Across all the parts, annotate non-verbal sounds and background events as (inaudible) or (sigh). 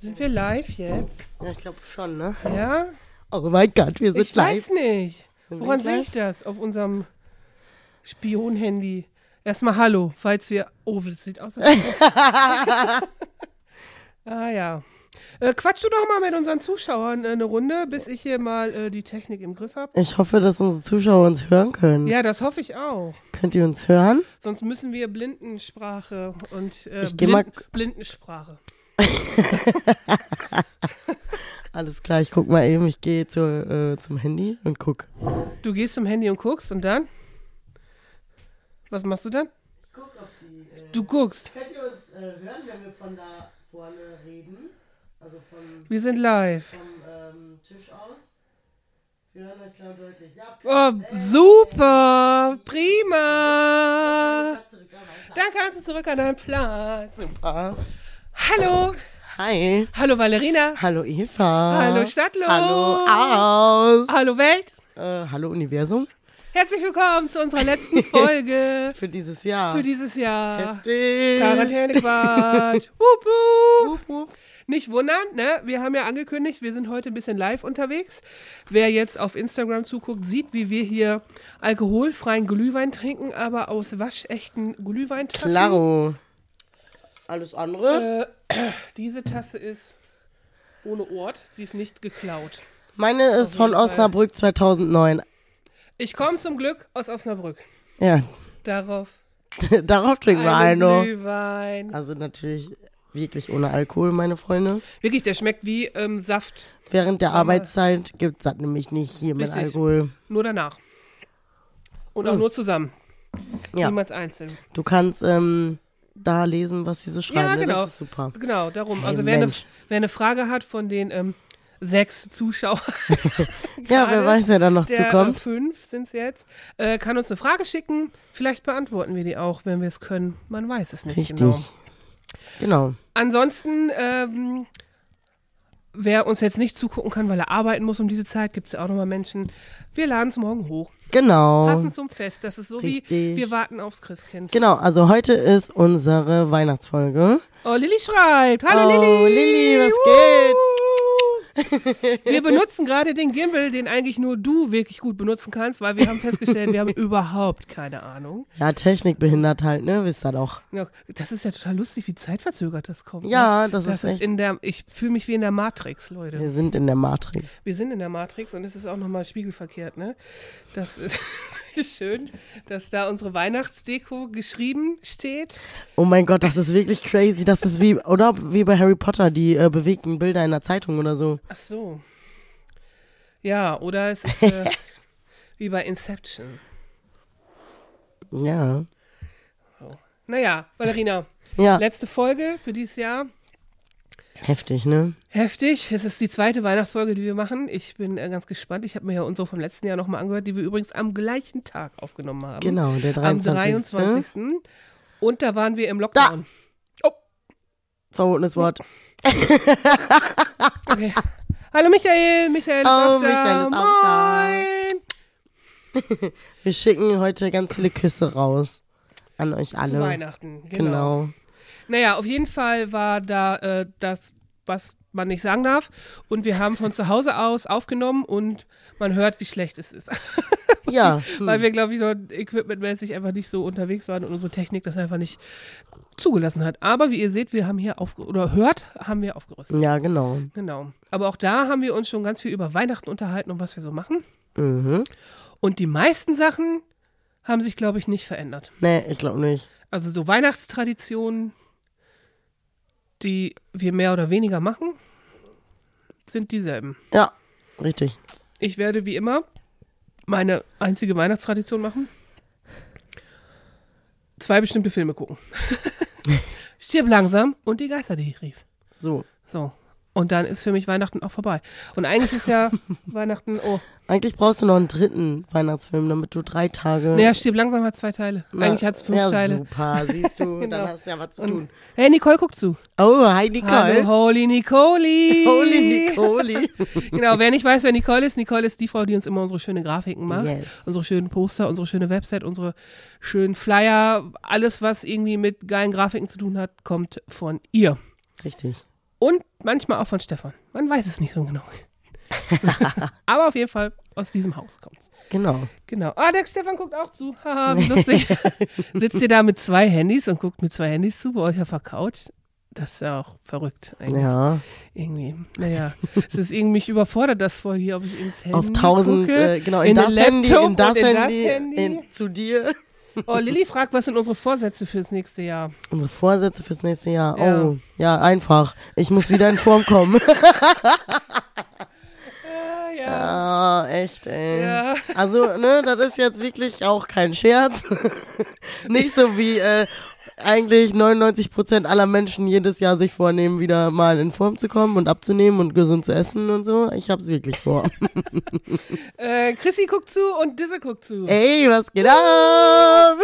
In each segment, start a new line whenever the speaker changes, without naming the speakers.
Sind wir live jetzt?
Ja, ich glaube schon, ne?
Ja?
Oh mein Gott, wir sind
Ich
live.
weiß nicht.
Sind wir
Woran
jetzt live?
liegt das auf unserem Spion-Handy? Erstmal Hallo, falls wir. Oh, das sieht aus. Als
(laughs)
ah ja. Äh, quatsch du doch mal mit unseren Zuschauern äh, eine Runde, bis ich hier mal äh, die Technik im Griff habe.
Ich hoffe, dass unsere Zuschauer uns hören können.
Ja, das hoffe ich auch.
Könnt ihr uns hören?
Sonst müssen wir Blindensprache und äh,
Ich geh mal-
Blindensprache.
Alles klar, ich guck mal eben. Ich gehe zur, äh, zum Handy und guck.
Du gehst zum Handy und guckst und dann? Was machst du dann? Du guckst.
äh, Könnt ihr uns äh, hören, wenn wir von da vorne reden? Also vom,
Wir sind live.
Tisch aus? Wir hören euch klar und deutlich. Ja,
Oh, super. Prima. Dann kannst du zurück an deinen Platz.
super.
Hallo.
Hi.
Hallo Valerina.
Hallo Eva.
Hallo Stadtlo.
Hallo aus.
Hallo Welt.
Äh, hallo Universum.
Herzlich willkommen zu unserer
(laughs)
letzten Folge
Für dieses Jahr.
für dieses Jahr.
Heftig.
Quarantäne-Quatsch.
(laughs)
Hup, hup.
Wup, wup.
Nicht wundern, ne? Wir haben ja angekündigt, wir sind heute ein bisschen live unterwegs. Wer jetzt auf Instagram zuguckt, sieht, wie wir hier alkoholfreien Glühwein trinken, aber aus waschechten Glühweintassen.
Klaro. Alles andere?
Äh, (clears throat) diese Tasse ist ohne Ort, sie ist nicht geklaut.
Meine ist von
jeden Fall.
Osnabrück 2009.
Ich komme zum Glück aus Osnabrück.
Ja, (laughs)
Darauf
darauf trinken wir
einen
eine.
Glühwein.
Also natürlich wirklich ohne Alkohol, meine Freunde.
Wirklich, der schmeckt wie ähm, Saft,
Während der Arbeitszeit gibt's das nämlich nicht hier mit
Richtig.
Alkohol.
nur danach. Und auch nur zusammen,
Hm. Ja,
niemals einzeln.
du kannst ähm, da lesen, was sie so schreiben.
Ja,
ne?
genau.
Das ist super.
Genau, darum.
Hey,
also wer eine,
Mensch.
wer eine Frage hat von den ähm, sechs Zuschauern,
Ja, wer
Gerade
weiß, wer da
(laughs)
noch
der äh,
zukommt.
fünf sind es jetzt, äh, kann uns eine Frage schicken. Vielleicht beantworten wir die auch, wenn wir es können. Man weiß es nicht
Richtig.
genau.
Genau.
Ansonsten, ähm, wer uns jetzt nicht zugucken kann, weil er arbeiten muss um diese Zeit, gibt es ja auch nochmal Menschen. Wir laden es morgen hoch.
Genau.
Passend zum Fest. Das ist so wie
Richtig.
wir warten aufs Christkind.
Genau, also heute ist unsere Weihnachtsfolge.
Oh, Lilly schreibt. Hallo
oh,
Lilly.
Lilly, was geht?
was geht? Wir benutzen gerade den Gimbal, den eigentlich nur du wirklich gut benutzen kannst, weil wir haben festgestellt,
(laughs)
wir haben überhaupt keine Ahnung.
Ja, Technik behindert halt, ne? Wisst ihr doch.
Ja, Das ist ja total lustig, wie zeitverzögert das kommt. ne?
Ja, das,
das
ist echt.
ist in der, ich fühle mich wie in der Matrix, Leute.
Wir sind in der Matrix.
Wir sind in der Matrix und es ist auch nochmal spiegelverkehrt, ne? Das ist, ist (laughs) schön, dass da unsere Weihnachtsdeko geschrieben steht.
Oh mein Gott, das ist wirklich crazy. Das ist wie, oder wie bei Harry Potter, die äh, bewegten Bilder in der Zeitung oder so.
Ach so. Ja, oder es ist
(laughs)
äh, wie bei Inception.
Ja.
Naja, Valerina,
Ja,
letzte Folge für dieses Jahr.
heftig, ne?
Heftig. Es ist die zweite Weihnachtsfolge, die wir machen. Ich bin äh, ganz gespannt. Ich habe mir ja unsere vom letzten Jahr nochmal angehört, die wir übrigens am gleichen Tag aufgenommen haben.
Genau, der
Am
23.
23. Und da waren wir im Lockdown.
Verbotenes Wort.
Okay. Hallo Michael, Michael ist
Oh,
auch da.
Michael ist auch da.
Moin.
Wir schicken heute ganz viele Küsse raus. An euch alle.
Zu Weihnachten. Genau.
Genau.
Naja, auf jeden Fall war da äh, das, was man nicht sagen darf. Und wir haben von zu Hause aus aufgenommen und man hört, wie schlecht es
Hm.
ist.
Ja.
(laughs)
hm.
Weil wir, glaube ich, dort equipmentmäßig einfach nicht so unterwegs waren und unsere Technik das einfach nicht zugelassen hat. Aber wie ihr seht, wir haben hier aufge oder hört, haben wir aufgerüstet.
Ja, genau.
Genau. Aber auch da haben wir uns schon ganz viel über Weihnachten unterhalten und was wir so machen.
Mhm.
Und die meisten Sachen haben sich, glaube ich, nicht verändert.
Nee, ich glaube nicht.
Also so Weihnachtstraditionen, die wir mehr oder weniger machen, sind dieselben.
Ja, richtig.
Ich werde wie immer meine einzige Weihnachtstradition machen. Zwei bestimmte Filme
(laughs)
gucken. Stirb langsam und die Geister, die ich rief.
So.
So. Und dann ist für mich Weihnachten auch vorbei. Und eigentlich ist
(laughs)
ja Weihnachten, oh,
Eigentlich brauchst du noch einen dritten Weihnachtsfilm, damit du drei Tage.
naja, Stirb langsam hat zwei Teile. Eigentlich hat es fünf
ja,
Teile.
Super,
(laughs)
siehst du,
Genau.
dann hast du ja was zu
Und,
tun.
hey, Nicole, guck zu.
Oh, hi Nicole.
Hallo, Holy Nicole.
Holy Nicole.
Genau, wer nicht weiß, wer Nicole ist, Nicole ist die Frau, die uns immer unsere schönen Grafiken macht.
Yes.
Unsere schönen Poster, unsere schöne Website, unsere schönen Flyer. Alles, was irgendwie mit geilen Grafiken zu tun hat, kommt von ihr.
Richtig.
Und manchmal auch von Stefan. Man weiß es nicht so genau. Aber auf jeden Fall aus diesem Haus kommt
Genau.
Genau. Ah, der Stefan guckt auch zu. Haha, wie lustig. Sitzt ihr da mit zwei Handys und guckt mit zwei Handys zu bei euch auf der Couch? Das ist ja auch verrückt eigentlich.
Ja.
Irgendwie. Naja, es ist irgendwie, mich überfordert das voll hier, ob ich ins Handy
Auf tausend,
gucke,
äh, genau, in, das
den
Handy,
Laptop
in das
und in
Handy,
das Handy.
In, zu dir.
oh, Lilly fragt, was sind unsere Vorsätze fürs nächste Jahr?
Unsere Vorsätze fürs nächste Jahr.
Ja.
Oh, ja, einfach. Ich muss wieder in Form kommen.
Ah, ja.
Ah, echt, ey.
Ja.
Also, ne, das ist jetzt wirklich auch kein Scherz. (laughs) Nicht so wie äh, eigentlich 99% aller Menschen jedes Jahr sich vornehmen, wieder mal in Form zu kommen und abzunehmen und gesund zu essen und so. Ich hab's wirklich vor.
(laughs) Äh, Chrissy guckt zu und Disse guckt zu.
Ey, was geht ab?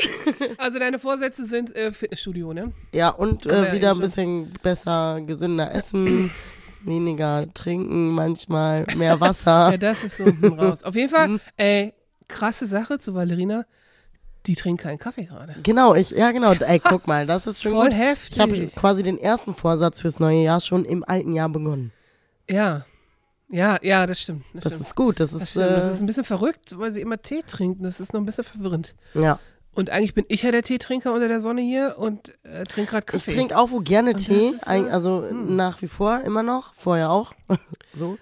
Also deine Vorsätze sind äh, Fitnessstudio, ne?
Ja, und
Haben wir
äh,
ja
wieder ein
eben
bisschen besser, gesünder essen, weniger trinken manchmal, mehr Wasser.
Ja, das ist so unten raus. Auf jeden
Mhm.
Fall, ey, krasse Sache zu Valerina. Die trinkt keinen Kaffee gerade.
Genau, ich, ja genau, ey, guck mal, das ist schon
Voll
gut. Ich habe
heftig.
quasi den ersten Vorsatz fürs neue Jahr schon im alten Jahr begonnen.
Ja. Ja, ja, das stimmt. Das,
Das
stimmt.
ist gut, das
Das,
ist,
stimmt. das ist
äh,
ein bisschen verrückt, weil sie immer Tee trinkt. Das ist noch ein bisschen verwirrend.
ja.
Und eigentlich bin ich ja der Teetrinker unter der Sonne hier und äh, trinke gerade
Ich
Kaffee.
trinke auch wohl gerne
das
Tee,
ist, äh,
ein- also nach wie vor immer noch, vorher auch, (laughs) so.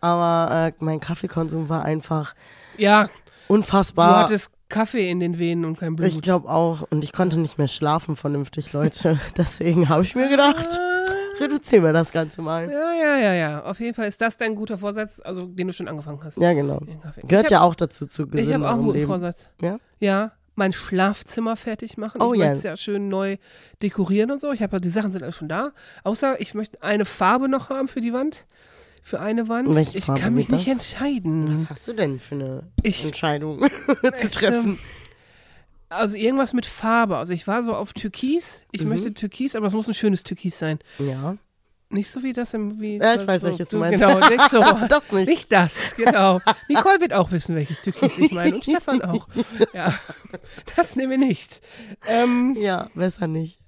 Aber äh, mein Kaffeekonsum war einfach
ja, du
unfassbar.
hattest Kaffee in den Venen und kein
ich
Blut.
glaube auch, und ich konnte nicht mehr schlafen vernünftig, Leute. (laughs) Deswegen habe ich mir gedacht,
Ah,
reduzieren wir das Ganze mal.
ja, ja, ja, ja. Auf jeden Fall ist das dein guter Vorsatz, also den du schon angefangen hast.
Ja, genau.
Den Kaffee.
Gehört
ich
ja auch dazu zu
hab, Ich habe auch einen
gesünderem
guten
Leben.
Vorsatz.
Ja?
Ja, mein Schlafzimmer fertig machen.
Oh,
ich möchte
yes.
es ja schön neu dekorieren und so. Ich habe ja- die Sachen sind alle schon da. Außer ich möchte eine Farbe noch haben für die Wand. Für eine Wand.
Welche
ich
Farbe
kann mich
wird
nicht
das?
entscheiden.
Was hast du denn für eine
Mhm. Ich-
Entscheidung (laughs) zu treffen?
Also irgendwas mit Farbe. Also ich war so auf Türkis. Ich
Mhm.
möchte Türkis, aber es muss ein schönes Türkis sein.
Ja.
Nicht so wie das im wie.
Ja, ich weiß,
so,
welches du meinst.
Genau, nicht
(laughs)
so.
Das nicht.
Nicht das,
(laughs)
genau. Nicole wird auch wissen, welches Türkis ich meine. Und Stefan auch. Ja, (laughs) das nehmen wir nicht. Ähm,
Ja, besser nicht.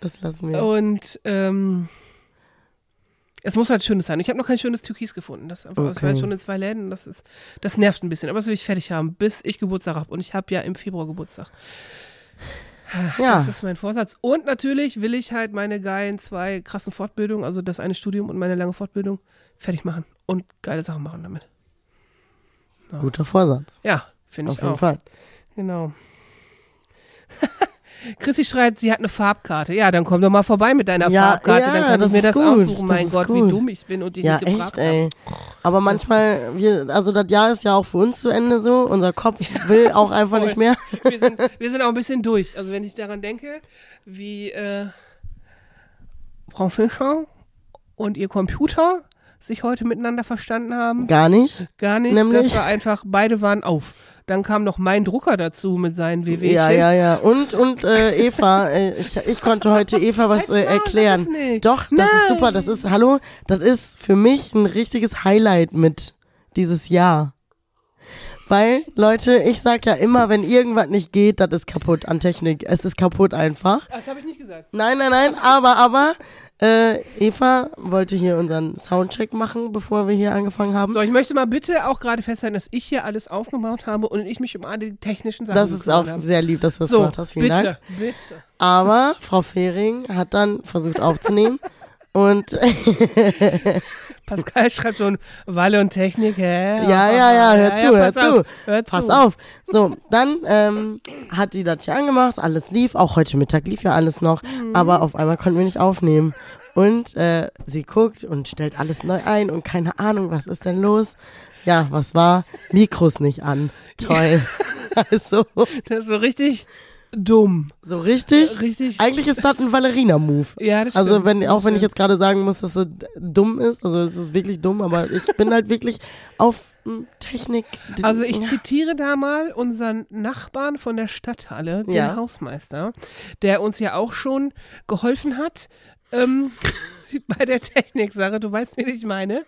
Das lassen wir.
Oh, Und ähm, es muss halt schönes sein. Ich habe noch kein schönes Türkis gefunden. Das, ist einfach, das
Okay.
war jetzt schon in zwei Läden. Das, ist, das nervt ein bisschen. Aber das will ich fertig haben, bis ich Geburtstag habe. Und ich habe ja im Februar Geburtstag.
ja.
Das ist mein Vorsatz. Und natürlich will ich halt meine geilen zwei krassen Fortbildungen, also das eine Studium und meine lange Fortbildung, fertig machen. Und geile Sachen machen damit.
Guter Vorsatz.
Ja, finde
Auf
ich
jeden
auch.
Fall.
Genau. (laughs) Chrissy schreit, sie hat eine Farbkarte. Ja, dann komm doch mal vorbei mit deiner
Ja,
Farbkarte,
ja,
dann kann
das
ich mir
ist
das
gut,
aussuchen.
das
Mein
ist
Gott, wie
gut.
dumm ich bin und dich
Ja,
nicht gefragt
echt,
habe.
ey. Aber manchmal, wir, also das Jahr ist ja auch für uns zu Ende so. Unser Kopf will auch einfach
voll.
nicht mehr.
Wir
(laughs)
sind, wir sind auch ein bisschen durch. Also wenn ich daran denke, wie äh, Frau Fischer und ihr Computer sich heute miteinander verstanden haben.
Gar nicht.
Gar nicht.
Nämlich?
Das war einfach, beide waren auf. Dann kam noch mein Drucker dazu mit seinen WW.
Ja, ja, ja. Und, und äh, Eva, äh, ich, ich konnte heute Eva was äh,
Halt's Maul,
erklären.
sag es nicht.
Doch, das ist super.
Nein.
Das ist, hallo, das ist für mich ein richtiges Highlight mit dieses Jahr. Weil, Leute, ich sag ja immer, wenn irgendwas nicht geht, das ist kaputt an Technik. Es ist kaputt einfach.
Ah, Das habe ich nicht gesagt.
Nein, nein, nein, aber, aber, äh, Eva wollte hier unseren Soundcheck machen, bevor wir hier angefangen haben.
So, ich möchte mal bitte auch gerade festhalten, dass ich hier alles aufgebaut habe und ich mich um alle technischen Sachen
Das ist auch
gekümmert habe.
sehr lieb, dass du das
so,
gemacht hast. Vielen
bitte,
Dank.
bitte.
Aber Frau Fehring hat dann versucht aufzunehmen
(laughs)
und
Pascal schreibt schon Walle und Technik, hä?
Ja, ja, ja, hör zu, hör
pass auf,
zu.
hör zu.
Pass auf. So, dann ähm, hat die das hier angemacht, alles lief, auch heute Mittag lief ja alles noch,
Mhm.
aber auf einmal konnten wir nicht aufnehmen. Und äh, sie guckt und stellt alles neu ein und keine Ahnung, was ist denn los? Ja, was war? Mikros nicht an.
(laughs)
Toll. Also,
Das ist so richtig dumm.
so richtig.
Richtig.
Eigentlich ist das ein Valerina-Move.
Ja, das
Also
stimmt.
wenn,
das
auch wenn ich
stimmt.
jetzt gerade sagen muss, dass es dumm ist, also es ist wirklich dumm, aber ich bin halt wirklich auf mm, Technik.
Also ich zitiere da mal unseren Nachbarn von der Stadthalle, den
Ja.
Hausmeister, der uns ja auch schon geholfen hat ähm, (laughs) bei der Techniksache. Du weißt, wen ich meine.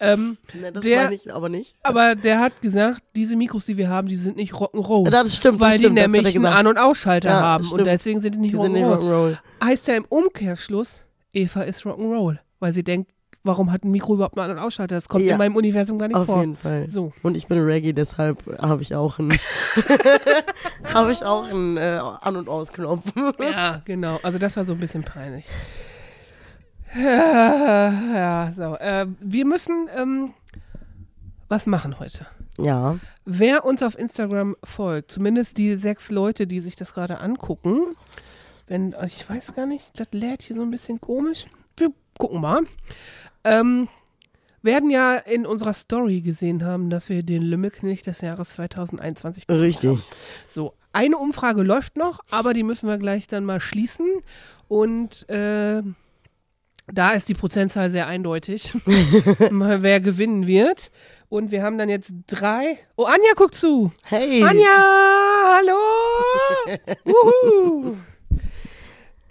Ähm,
Ne, das
der-
meine ich aber nicht.
aber der hat gesagt, diese Mikros, die wir haben, die sind nicht Rock'n'Roll.
Das stimmt,
weil
das stimmt,
die
das hat er
nämlich einen
gesagt.
An- und Ausschalter
Ja,
haben und
stimmt.
deswegen sind die nicht
Die sind nicht
Rock'n'Roll.
Rock'n'Roll.
Heißt ja im Umkehrschluss, Eva ist Rock'n'Roll, weil sie denkt, warum hat ein Mikro überhaupt einen An- und Ausschalter? Das kommt
Ja.
in meinem Universum gar nicht
Auf
vor.
jeden Fall.
So.
Und ich bin Reggae, deshalb habe ich
(laughs)
auch einen, habe ich auch einen äh, An-
(laughs)
und Ausknopf.
Ja, genau. Also das war so ein bisschen peinlich. Ja, ja so. Äh, wir müssen ähm, was machen heute.
ja,
Wer uns auf Instagram folgt, zumindest die sechs Leute, die sich das gerade angucken, wenn, ich weiß gar nicht, das lädt hier so ein bisschen komisch. Wir gucken mal. Ähm, werden ja in unserer Story gesehen haben, dass wir den Lümmelknecht des Jahres 2021 gesucht
richtig.
haben. So, eine Umfrage läuft noch, aber die müssen wir gleich dann mal schließen. Und äh, da ist die Prozentzahl sehr eindeutig, (laughs) mal wer gewinnen wird. Und wir haben dann jetzt drei. Oh, Anja, guck zu!
Hey.
Anja,
(laughs)
hallo! Wuhu!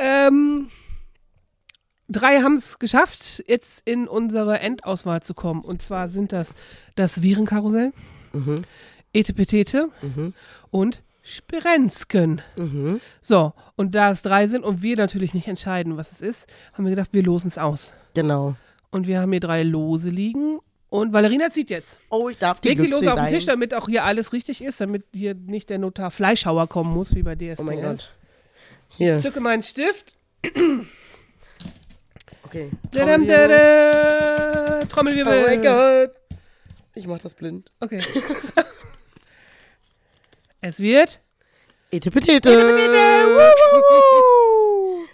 Ähm, drei haben es geschafft, jetzt in unsere Endauswahl zu kommen. Und zwar sind das das Virenkarussell,
Mhm.
Etepetete
Mhm.
und Spirenzken.
Mhm.
So, und da es drei sind und wir natürlich nicht entscheiden, was es ist, haben wir gedacht, wir losen es aus.
Genau.
Und wir haben hier drei Lose liegen. Und Valerina zieht jetzt.
Oh, ich darf die
Leg die
Glückliche
Lose auf den
sein.
Tisch, damit auch hier alles richtig ist, damit hier nicht der Notar Fleischhauer kommen muss, wie bei DSDS.
Oh mein Gott.
Ich
Hier.
zücke meinen Stift.
Okay.
Dadam,
Trommelwirbel.
dadam, Trommelwirbel.
Oh mein Gott. Ich mach das blind.
Okay. (laughs) es wird. (laughs)
Etepetete.
Wuhu.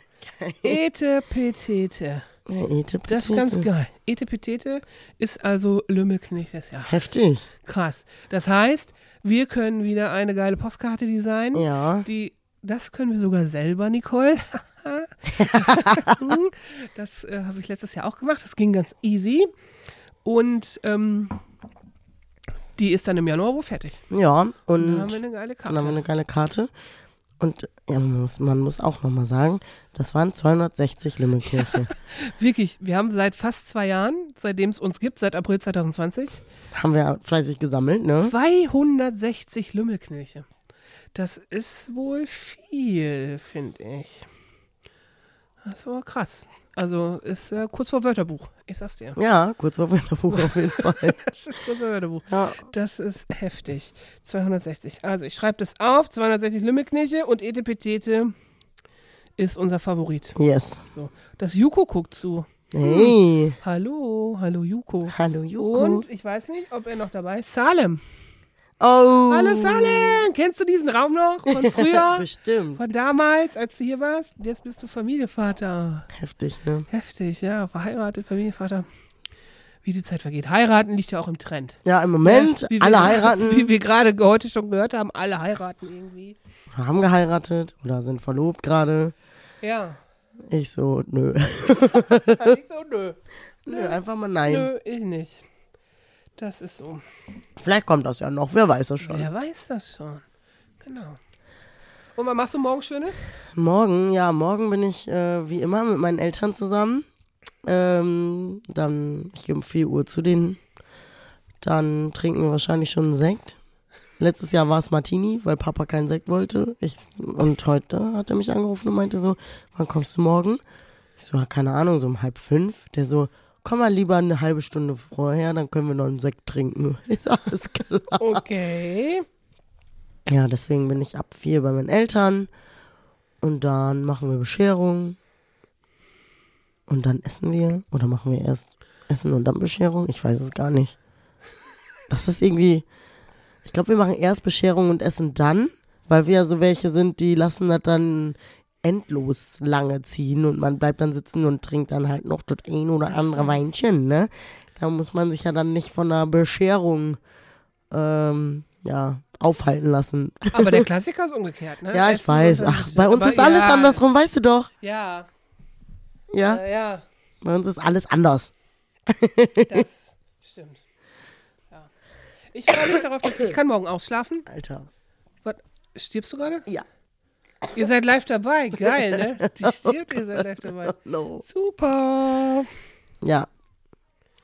Etepetete.
Etepetete.
Das ist ganz geil. Etepetete ist also Lümmelknecht des Jahres.
Heftig.
Krass. Das heißt, wir können wieder eine geile Postkarte designen.
Ja.
Die, das können wir sogar selber,
(laughs)
Nicole. (laughs) das äh, habe ich letztes Jahr auch gemacht. Das ging ganz easy. Und ähm, die ist dann im Januar wo fertig.
Ja.
Und
Und
da haben wir eine geile
Und dann haben wir
Karte.
eine geile Karte. Und ja, man, muss, man muss auch nochmal sagen, das waren
(laughs)
260 Limmelkirche.
Wirklich, wir haben seit fast zwei Jahren, seitdem es uns gibt, seit April 2020,
haben wir fleißig gesammelt, ne?
260 Lümmelknirche. Das ist wohl viel, finde ich. Das war krass. Also ist äh, kurz vor Wörterbuch. Ich sag's
(laughs)
dir.
Ja, kurz vor Wörterbuch
(laughs)
auf jeden Fall.
Das ist kurz vor Wörterbuch.
Ja,
Das ist heftig. 260. Also ich schreibe das auf. 260 Lümmelknirche und Etepetete ist unser Favorit.
yes.
So. Das Juko guckt zu.
Hey,
Hallo, Hm. hallo Juko.
hallo Joko.
Und ich weiß nicht, ob er noch dabei ist. Salem.
oh.
Hallo Salem. Kennst du diesen Raum noch
(laughs)
von früher?
Bestimmt.
Von damals, als du hier warst, jetzt bist du Familienvater.
Heftig, ne?
Heftig, ja, verheiratet, Familienvater. Wie die Zeit vergeht. Heiraten liegt ja auch im Trend.
Ja, im Moment,
Wie wir- (laughs)
alle heiraten,
Wie wir gerade ge- heute schon gehört haben, alle heiraten irgendwie.
haben geheiratet oder sind verlobt gerade.
Ja.
Ich so, nö.
Also ich so, nö.
Nö, einfach mal nein.
Nö, ich nicht. Das ist so.
Vielleicht kommt das ja noch, wer weiß das schon.
Wer weiß das schon? Genau. Und was machst du morgen Schönes?
(laughs) Morgen, ja, morgen bin ich äh, wie immer mit meinen Eltern zusammen. Ähm, dann, ich gehe um 4 Uhr zu denen. Dann trinken wir wahrscheinlich schon einen Sekt. Letztes Jahr war es Martini, weil Papa keinen Sekt wollte. Ich, und heute hat er mich angerufen und meinte so, wann kommst du morgen? Ich so, ja, keine Ahnung, so um halb fünf. Der so, komm mal lieber eine halbe Stunde vorher, dann können wir noch einen Sekt trinken. (laughs) Ich so, alles klar.
Okay.
Ja, deswegen bin ich ab vier bei meinen Eltern. Und dann machen wir Bescherung. Und dann essen wir. Oder machen wir erst Essen und dann Bescherung? Ich weiß es gar nicht. Das ist irgendwie. Ich glaube, wir machen erst Bescherung und essen dann, weil wir ja so welche sind, die lassen das dann endlos lange ziehen und man bleibt dann sitzen und trinkt dann halt noch das ein oder andere Weinchen, ne? Da muss man sich ja dann nicht von einer Bescherung ähm, ja, aufhalten lassen.
Aber der Klassiker ist umgekehrt, ne?
Ja, ich
Essen
weiß.
und dann-
Ach, bei uns
Aber
ist alles
ja,
andersrum, weißt du doch.
Ja,
Ja,
äh, ja.
(laughs) bei uns ist alles anders.
Das stimmt. Ja. Ich freue mich darauf, dass ich kann morgen ausschlafen.
Alter.
Was, stirbst du gerade?
Ja.
Ihr seid live dabei. Geil, ne? Die stirbt, ihr seid live dabei.
No.
Super.
Ja.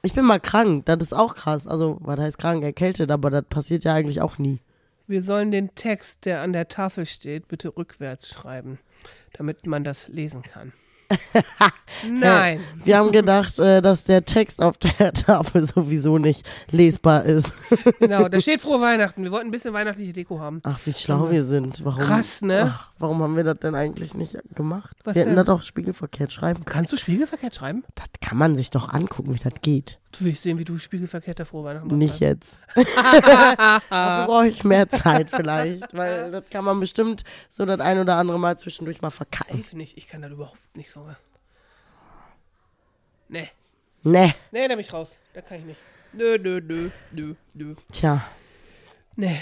Ich bin mal krank, das ist auch krass. Also, was heißt krank? Erkältet, aber das passiert ja eigentlich auch nie.
Wir sollen den
(laughs)
Text, der an der Tafel steht, bitte rückwärts schreiben, damit man das lesen kann. Nein.
Wir haben gedacht, äh, dass der Text auf der (laughs) Tafel sowieso nicht lesbar ist.
Genau, da steht frohe Weihnachten. Wir wollten ein bisschen weihnachtliche Deko haben.
Ach, wie schlau wir sind. Warum,
Krass, ne?
Ach, warum haben wir das denn eigentlich nicht gemacht?
Was
wir hätten
denn?
das auch spiegelverkehrt schreiben können.
Kannst du spiegelverkehrt schreiben?
Das kann man sich doch angucken, wie das geht.
Du willst sehen, wie du spiegelverkehrt der frohe Weihnachten (laughs)
Nicht jetzt. Dafür brauche ich mehr Zeit
(laughs)
vielleicht, weil das kann man bestimmt so das ein oder andere Mal zwischendurch mal verkacken.
Safe nicht. Ich kann das überhaupt nicht so. Nee.
Ne,
Nee, da bin ich raus. Da kann ich nicht. Nö, nö, nö, nö, nö.
tja.
Nee.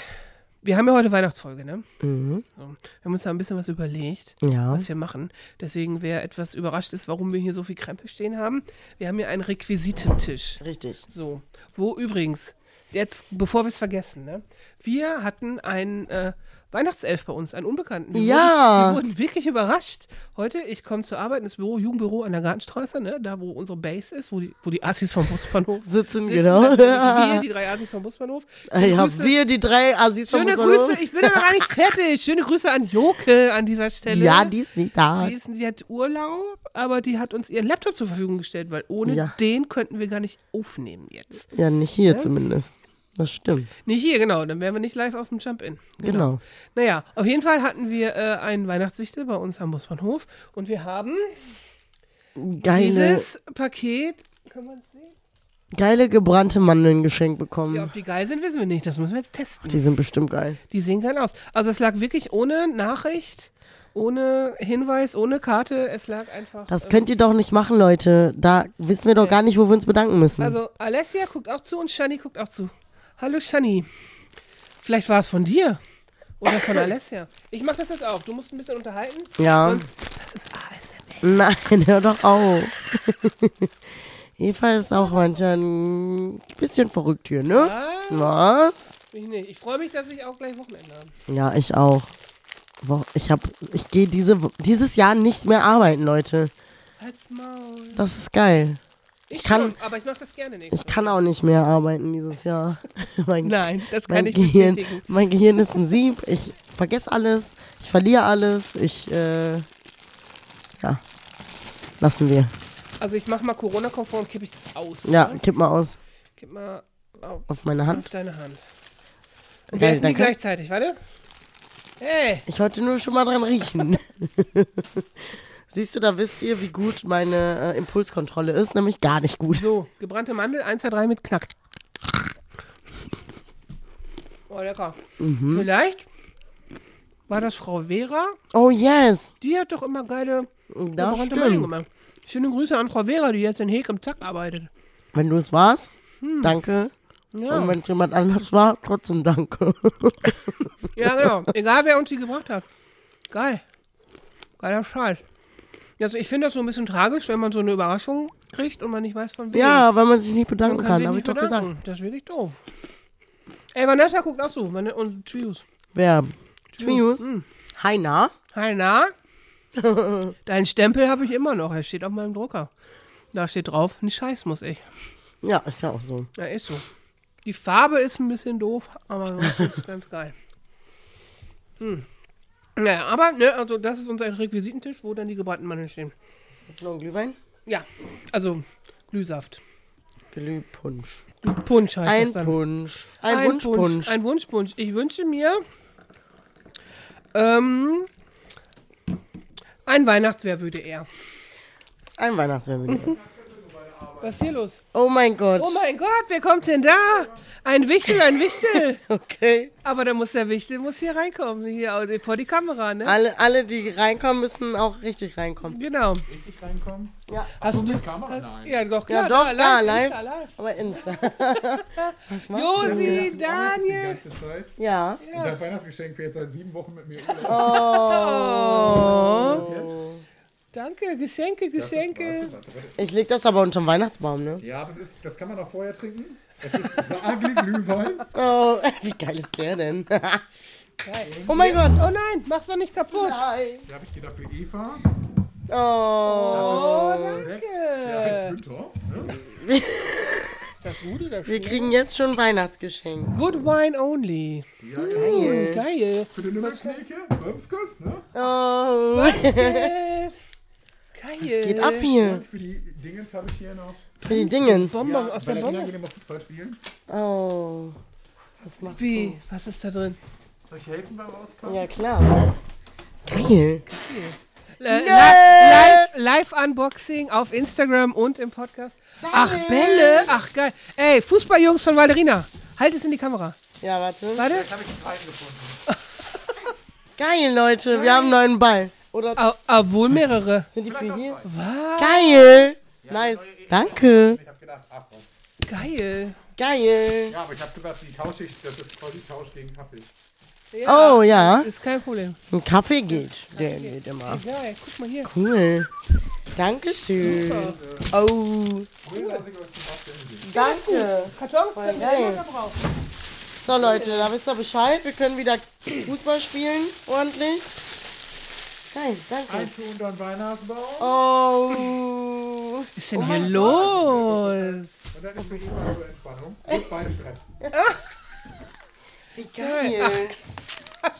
Wir haben ja heute Weihnachtsfolge, ne?
Mhm.
So. Wir haben uns da ein bisschen was überlegt,
Ja.
was wir machen. Deswegen, wer etwas überrascht ist, warum wir hier so viel Krempel stehen haben, wir haben hier einen Requisitentisch.
Richtig.
So, wo übrigens, jetzt, bevor wir es vergessen, ne? Wir hatten einen äh, Weihnachtself bei uns, einen Unbekannten. Wir
Ja.
Wurden, wir wurden wirklich überrascht. Heute, ich komme zur Arbeit ins Büro, Jugendbüro an der Gartenstraße, ne? Da, wo unsere Base ist, wo die, wo die Assis vom
(laughs)
Busbahnhof
Sitzen,
sitzen.
genau. Ah,
Natürlich Wir,
(laughs)
die drei Assis vom Busbahnhof. Schöne
Ja,
Grüße-
wir die drei ah, Assis vom
Schöne
Buchholz.
Grüße, ich bin aber gar
(laughs)
nicht fertig. Schöne Grüße an Joke an dieser Stelle.
Ja, die ist nicht da.
Die, ist, die hat Urlaub, aber die hat uns ihren Laptop zur Verfügung gestellt, weil ohne
Ja.
den könnten wir gar nicht aufnehmen jetzt.
Ja, nicht hier zumindest. Das stimmt.
Nicht hier, genau, dann wären wir nicht live aus dem Jump-In.
Genau.
Naja, auf jeden Fall hatten wir äh, einen Weihnachtswichtel bei uns am Busbahnhof und wir haben
Genau. Geile,
dieses Paket. Kann man sehen?
geile gebrannte Mandeln geschenkt bekommen.
Ja, ob die geil sind, wissen wir nicht. Das müssen wir jetzt testen.
Die sind bestimmt geil.
Die sehen geil aus. Also es lag wirklich ohne Nachricht, ohne Hinweis, ohne Karte. Es lag einfach.
Das
ähm,
könnt ihr doch nicht machen, Leute. Da wissen wir doch gar nicht, wo wir uns bedanken müssen.
also Alessia guckt auch zu und Shani guckt auch zu. Hallo Shani. Vielleicht war es von dir oder
(coughs)
von Alessia. Ich mach das jetzt auf. Du musst ein bisschen unterhalten.
ja.
Und das ist ASMR.
Nein, (laughs) hör doch auf. Eva ist auch manchmal ein bisschen verrückt hier, ne?
Ah,
Was?
ich nicht. Ich freue mich, dass ich auch gleich Wochenende habe.
Ja, ich auch. Wo- Ich hab, ich gehe diese, Wo- dieses Jahr nicht mehr arbeiten, Leute.
Halt's Maul.
Das ist geil.
Ich,
kann-
schon, aber ich mache das gerne nicht.
Ich kann auch nicht mehr arbeiten dieses Jahr. (laughs) mein,
Nein, das kann
mein
ich
Gehirn,
bestätigen.
mein Gehirn ist ein Sieb. Ich vergesse alles. Ich verliere alles. Ich, äh, ja. Lassen wir.
Also ich mache mal Corona-konform, kippe ich das aus.
Ja,
ne?
kipp mal aus
Kipp mal auf.
auf meine
Auf
Hand.
deine Hand. Und wir
Geil,
essen die
danke.
gleichzeitig, warte. Hey,
Ich wollte nur schon mal dran riechen. (laughs) Siehst du, da wisst ihr, wie gut meine äh, Impulskontrolle ist. Nämlich gar nicht gut.
so, gebrannte Mandel, 1, 2, 3 mit Knack. Oh, lecker.
Mhm.
Vielleicht war das Frau Vera,
Oh yes.
die hat doch immer geile
Das
Mandeln
stimmt.
gemacht. Schöne Grüße an Frau Vera, die jetzt in Heg im Zack arbeitet.
Wenn du es warst, danke.
Ja,
Und wenn es jemand anders war, trotzdem danke.
ja genau. Egal, wer uns die gebracht hat. Geil. Geiler Scheiß. Also ich finde das so ein bisschen tragisch, wenn man so eine Überraschung kriegt und man nicht weiß, von wem.
ja, weil man sich nicht bedanken
Man
kann,
sich
habe ich
nicht
doch gesagt.
bedanken. Das ist wirklich doof. Ey, Vanessa guckt auch so. Van und Trius.
Wer? Trius.
Mhm.
Hi, na?
Hi,
(laughs)
na? Deinen Stempel habe ich immer noch. Er steht auf meinem Drucker. Da steht drauf, nicht scheiß muss ich.
Ja, ist ja auch so.
Ja, ist so. Die Farbe ist ein bisschen doof, aber sonst ist es ganz geil. Hm. Naja, aber, ne, also das ist unser Requisitentisch, wo dann die gebrannten Mandeln stehen.
Hast du noch einen Glühwein?
Ja, also Glühsaft.
Glühpunsch.
Punsch heißt das
Ein
dann.
Punsch. Ein, Wunschpunsch.
Ein Wunschpunsch. Ich wünsche mir ähm, ein Weihnachtswehr würde er.
Ein Weihnachtsmemory.
Was ist hier los?
Mhm. Oh mein Gott.
Oh mein Gott, wer kommt denn da? Ein Wichtel, ein
(laughs)
Wichtel.
(laughs) okay.
Aber da muss der Wichtel muss hier reinkommen, hier au- vor die Kamera, ne?
Alle, alle, die reinkommen, müssen auch richtig reinkommen.
Genau.
richtig reinkommen?
Hast du
Kamera? Nein.
Ja, doch,
Ja,
klar.
doch, da,
live,
live.
Insta, live.
Aber Insta. (laughs) Was machst du?
Josi,
Die
Daniel.
ganze Zeit.
Ja.
Und dein Weihnachtsgeschenk fährt seit sieben Wochen mit mir Urlaub.
Oh.
Oh.
Danke, Geschenke, Geschenke.
Ich leg das aber unterm Weihnachtsbaum, ne?
Ja, das, ist, das kann man auch vorher trinken. Das ist Saargling Glühwein.
Oh, (laughs) wie geil ist der denn? (laughs)
Geil.
oh mein Gott.
Oh nein, mach's doch nicht kaputt.
Nein.
Da habe ich gedacht für Eva.
Oh.
Oh,
Sekt.
danke.
Äh.
Ja, Günther. Ne?
Ist das gut oder
Wir kriegen jetzt schon ein Weihnachtsgeschenk.
Good wine only.
Ja,
Geil.
(laughs)
Geil.
Für den Nimmerschneke. Bömskuss, ne?
Oh.
Yes. Geil. Geil.
(laughs) Es geht ab hier.
Und für die Dingens habe ich hier noch.
Für die Dingens.
Bonbon aus
weil
der
Kinder
Bonbon.
gehen immer Fußball spielen.
Oh. Was machst
Wie? Was ist da drin?
Soll ich helfen beim
du?
Auspacken?
Ja, klar. Geil.
Äh,
Nee.
li- live, live Unboxing auf Instagram und im Podcast. Ach, Bälle. Ach, geil. Ey, Fußballjungs von Valerina. Halt es in die Kamera.
Ja, warte.
Warte.
Jetzt habe ich einen Verein gefunden.
Geil, Leute. Wir haben einen neuen Ball. Oder
Ah, ah, wohl mehrere.
sind die für hier?
Was?
Geil. Nice. Danke.
E- Ich habe gedacht, ach was.
Geil.
Geil.
Ja, aber ich habe gedacht, die Tauschschicht, das ist quasi Tausch gegen Kaffee.
Oh ja.
Ist kein Problem.
Ein Kaffee geht. Der geht immer.
Geil. Guck mal hier.
Cool. Dankeschön. Oh. Danke.
Kartons
Voll geil.
drauf.
So Leute, da wisst ihr Bescheid. Wir können wieder Fußball spielen. Ordentlich. Geil, danke.
Ein Schuh unter den Weihnachtsbaum.
Oh.
Was ist denn hier los?
Und dann ist für ihn mal so Entspannung. Und beide Streit.
Wie geil.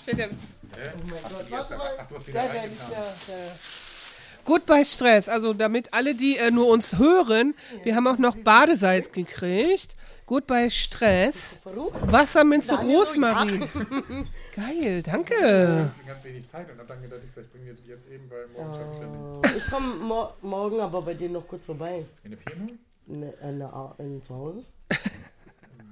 Steht ja-
Warte
Ach, du hast wieder reingetan.
Gut bei Stress, also damit alle, die äh, nur uns hören, wir haben auch noch Badesalz gekriegt. Gut bei Stress. Wasserminze
(laughs)
Rosmarin. Geil, danke.
Ich hatte ganz wenig Zeit und habe dann gedacht, ich, sag, ich bringe dir die jetzt eben, weil morgen schaffe ich dann nicht.
Oh.
Ich komme mor morgen aber bei dir noch kurz vorbei.
In der Firma? Hm,
In, in, in, zu Hause.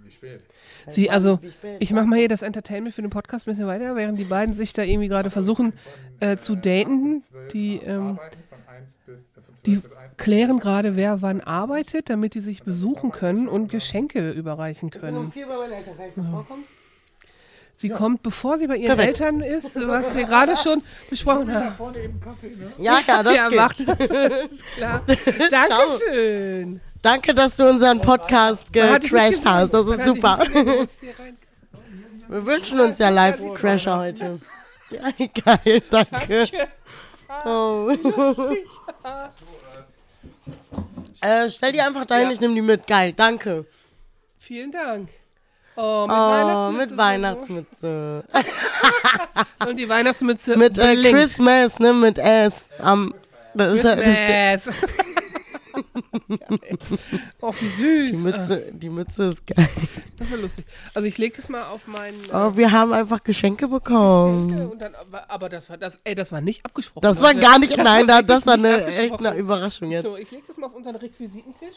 Wie spät?
Sie, also,
Wie spät?
ich mache mal hier das Entertainment für den Podcast ein bisschen weiter, während die beiden sich da irgendwie gerade versuchen äh, zu daten. Die, ähm,
Arbeiten von 1 bis, äh, von 12
die
bis 1.
klären gerade, wer wann arbeitet, damit die sich besuchen können und Geschenke überreichen
Ich bin um
können.
vier bei meinen Eltern. Kann ich noch vorkommen?
Sie kommt, bevor sie bei ihren
Perfekt.
Eltern ist, was wir gerade schon besprochen haben.
Da
(laughs)
vorne eben Kaffee, ne?
Ja, ja, das
ja,
geht.
macht das.
(laughs)
Ist klar. Dankeschön.
Danke, dass du
Oh,
unseren Podcast
Hatte ich nicht
gecrashed
gesehen.
hast. Äh, Das ist
Hatte ich
super.
nicht gesehen, dass hier rein-
Wir wünschen uns ja Live-Crasher heute. Ja,
(laughs)
geil, danke.
Ah,
Oh. äh, stell die einfach dahin, ich nehme die mit. Geil, danke.
Vielen Dank. Oh, mit
Oh,
Weihnachtsmütze.
mit Weihnachtsmütze.
Äh, Und die Weihnachtsmütze
Mit äh,
blinkt.
Christmas, ne, mit S. Am, das ist ja, das,
Yes. (laughs) oh, wie süß.
die, Mütze, die Mütze ist geil.
Das war lustig. Also ich lege das mal auf meinen äh,
Oh, wir haben einfach Geschenke bekommen.
Schenkel und dann, aber, aber das war das, ey, das war nicht abgesprochen.
ähm, Das war
Leute.
gar nicht, nein,
(laughs)
da, das war
nicht
eine, echt
abgesprochen.
eine Überraschung jetzt.
So, ich lege das mal auf unseren Requisitentisch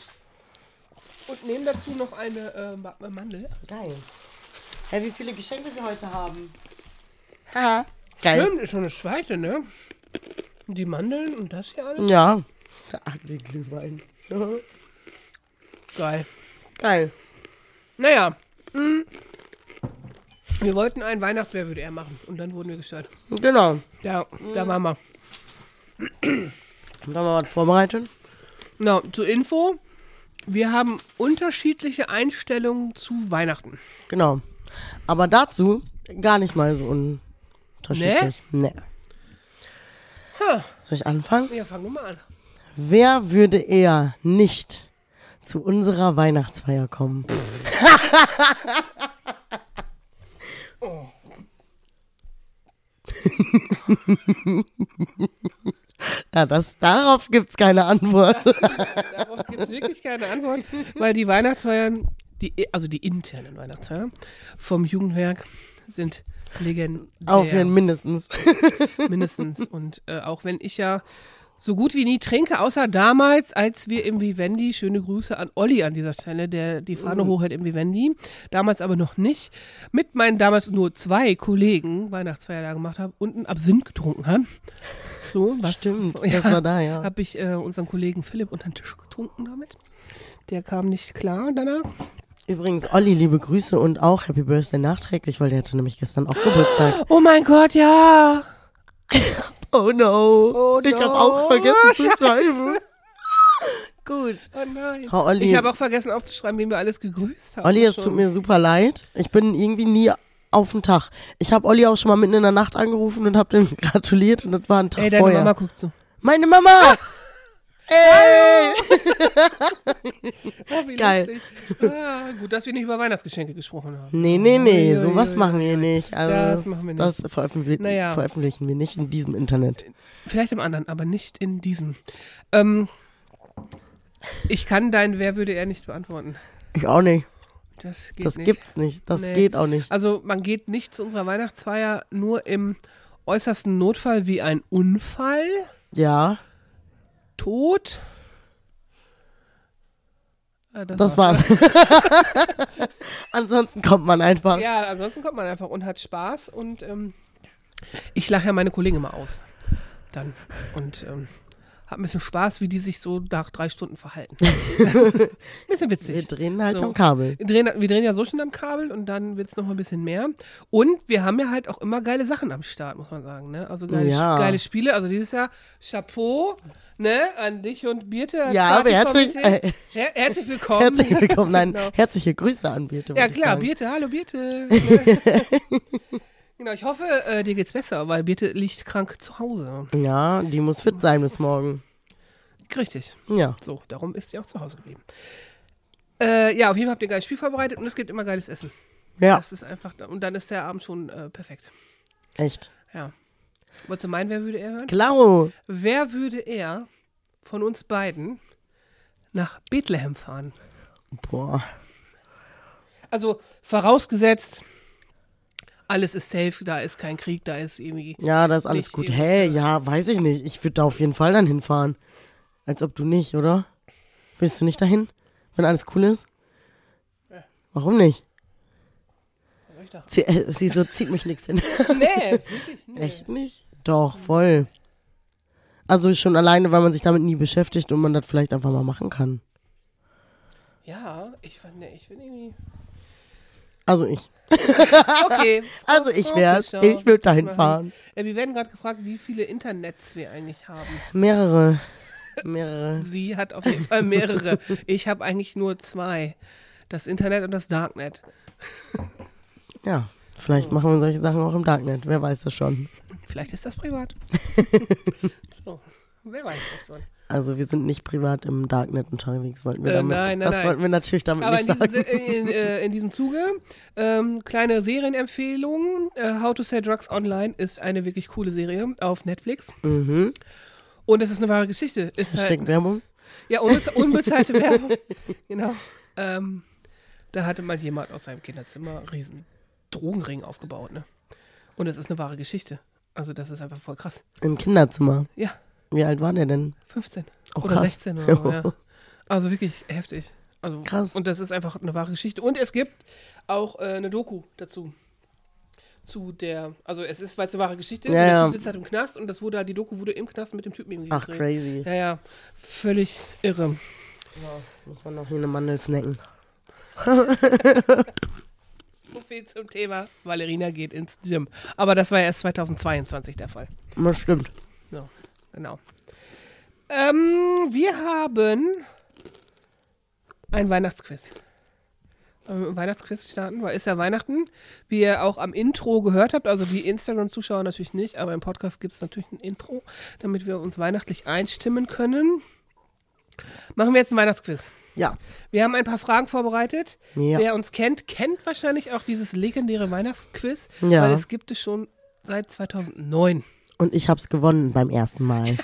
und nehme dazu noch eine äh, Ma- Mandel.
Geil. Hey, wie viele Geschenke wir heute haben. Haha. Geil.
Stimmt, ist schon eine zweite, ne? Die Mandeln und das hier alles.
Ja. Der alte Glühwein.
Geil.
Geil.
Naja. mm. Wir wollten einen Weihnachtswehr, würde er machen. Und dann wurden wir gestört.
Genau.
Ja, da waren wir.
Haben wir mal was vorbereitet?
Na, zur Info. Wir haben unterschiedliche Einstellungen zu Weihnachten.
Genau. Aber dazu gar nicht mal so unterschiedlich. Nee.
Ha.
Soll ich anfangen?
Ja, fangen wir mal an.
Wer würde eher nicht zu unserer Weihnachtsfeier kommen? (laughs) ja, das, darauf gibt's keine Antwort.
Darauf gibt es wirklich keine Antwort, (laughs) weil die Weihnachtsfeiern, die, also die internen Weihnachtsfeiern vom Jugendwerk sind legendär.
Aufhören mindestens.
mindestens. Und äh, auch wenn ich ja so gut wie nie trinke, außer damals, als wir im Vivendi, schöne Grüße an Olli an dieser Stelle, der die
Mm.
Fahne hochhält im Vivendi, damals aber noch nicht, mit meinen damals nur zwei Kollegen Weihnachtsfeier da gemacht habe und einen Absinth getrunken habe. So, was
Stimmt, das war da, ja.
Habe ich äh, unseren Kollegen Philipp unter den Tisch getrunken damit. Der kam nicht klar danach.
Übrigens, Olli, liebe Grüße und auch Happy Birthday nachträglich, weil der hatte nämlich gestern auch Geburtstag.
Oh mein Gott, ja!
Oh no. ich habe auch vergessen
Oh,
(laughs) zu schreiben. Gut.
Oh nein.
Frau Olli.
Ich habe auch vergessen aufzuschreiben, wen wir alles gegrüßt haben.
Olli, es
schon.
tut mir super leid. Ich bin irgendwie nie auf den Tag. Ich habe Olli auch schon mal mitten in der Nacht (laughs) angerufen und habe dem gratuliert und das war ein Tag
Ey, deine Ah!
vorher.
Mama guckt so.
Meine Mama! Ey!
Oh, wie
Geil.
lustig. Ah, gut, dass wir nicht über Weihnachtsgeschenke gesprochen haben.
Nee, nee, nee,
Ui, ui,
sowas
ui,
machen
ui,
wir
ui.
nicht. Also
Das
das
machen wir
Das veröffentlichen,
Naja.
veröffentlichen wir nicht in diesem Internet.
Vielleicht im anderen, aber nicht in diesem. Ähm, ich kann dein Wer würde er nicht beantworten.
Ich auch nicht.
Das geht
Das
nicht.
gibt's nicht. Das
Nee.
geht auch nicht.
Also man geht nicht zu unserer Weihnachtsfeier nur im äußersten Notfall wie ein Unfall,
Ja,
Tod. Äh,
das war's.
(laughs)
(laughs) Ansonsten kommt man einfach.
Ja, ansonsten kommt man einfach und hat Spaß und ähm, ich lache ja meine Kollegen immer aus. Dann und ähm, hab ein bisschen Spaß, wie die sich so nach drei Stunden (laughs) verhalten. bisschen
Wir
witzig.
drehen halt
So.
am Kabel.
Wir drehen, wir drehen ja so schon am Kabel und dann wird's noch mal ein bisschen mehr. Und wir haben ja halt auch immer geile Sachen am Start, muss man sagen. Ne? Also geile,
Ja.
geile Spiele. Also dieses Jahr Chapeau ne, an dich und Birte. als
Ja, aber herzlich-
Partykomitee. (laughs)
äh,
Her herzlich willkommen.
Herzlich willkommen, nein,
(laughs) Genau.
herzliche Grüße an Birte.
Ja
würd ich
klar,
sagen.
Birte, hallo
(laughs)
Birte. genau, ich hoffe, äh, dir geht's besser, weil Birte liegt krank zu Hause.
Ja, die muss fit sein bis morgen.
Richtig.
Ja.
So, darum ist sie auch zu Hause geblieben. Äh, ja, auf jeden Fall habt ihr ein geiles Spiel vorbereitet und es gibt immer geiles Essen.
Ja,
Das ist einfach, und dann ist der Abend schon äh, perfekt.
echt.
Ja. Wolltest du meinen, wer würde er hören?
Klaro.
Wer würde er von uns beiden nach Bethlehem fahren?
Boah.
Also vorausgesetzt, alles ist safe, da ist kein Krieg, da ist irgendwie
Ja, das ist alles
Nicht
gut.
eben.
Hä, hey, ja, weiß ich nicht. Ich würde da auf jeden Fall dann hinfahren. Als ob du nicht, oder? Willst du nicht dahin? Wenn alles cool ist? Warum nicht?
Was soll ich da?
Sie, äh, sie so zieht mich nichts hin.
(laughs)
(laughs)
Nee,
Echt nicht? Doch, voll. Also schon alleine, weil man sich damit nie beschäftigt und man das vielleicht einfach mal machen kann.
Ja, ich fand, nee, ich bin irgendwie.
Also ich.
Okay.
Also ich wär's. Ich würde dahin fahren.
Äh, wir werden gerade gefragt, wie viele Internets wir eigentlich haben.
Mehrere. Mehrere.
Sie hat auf jeden Fall mehrere. Ich habe eigentlich nur zwei. Das Internet und das Darknet.
Ja. Vielleicht machen wir solche Sachen auch im Darknet. Wer weiß das schon.
Vielleicht ist das privat. so, wer weiß das schon.
Also wir sind nicht privat im Darknet unterwegs, wollten wir
Äh,
damit.
nein, nein,
das
nein.
wollten wir natürlich damit
Aber in
nicht
diesem, Se-
sagen.
in, äh, in diesem Zuge, ähm, kleine Serienempfehlung. Äh, How to Sell Drugs Online ist eine wirklich coole Serie auf Netflix.
Mhm.
Und es ist eine wahre Geschichte. Ist halt
Versteckt Werbung.
Ja, unbez unbezahlte Werbung. Genau. Ähm, da hatte mal jemand aus seinem Kinderzimmer einen riesen Drogenring aufgebaut, ne? Und es ist eine wahre Geschichte. Also das ist einfach voll krass.
Im Kinderzimmer.
Ja,
Wie alt war der denn?
15
Oh,
oder
krass.
16 oder
(laughs)
so, ja. Also wirklich heftig. Also,
Krass.
Und das ist einfach eine wahre Geschichte. Und es gibt auch äh, eine Doku dazu. Zu der, also es ist, weil es eine wahre Geschichte ist,
Ja,
und der
ja.
Typ sitzt halt im Knast und das wurde, die Doku wurde im Knast mit dem Typen irgendwie
Ach,
gedreht.
crazy.
Ja, ja, völlig irre.
Muss man noch hier eine Mandel snacken.
So viel zum Thema. Valerina geht ins Gym. Aber das war ja erst 2022 der Fall.
Das stimmt.
So, genau. Ähm, wir haben ein Weihnachtsquiz. Wollen wir mit dem Weihnachtsquiz starten, weil ist ja Weihnachten, wie ihr auch am Intro gehört habt, also die Instagram-Zuschauer natürlich nicht, aber im Podcast gibt es natürlich ein Intro, damit wir uns weihnachtlich einstimmen können. Machen wir jetzt ein Weihnachtsquiz.
Ja.
Wir haben ein paar Fragen vorbereitet.
Ja.
Wer uns kennt, kennt wahrscheinlich auch dieses legendäre Weihnachtsquiz,
Ja.
weil es gibt es schon seit 2009.
Und ich hab's gewonnen beim
(laughs)
ersten Mal.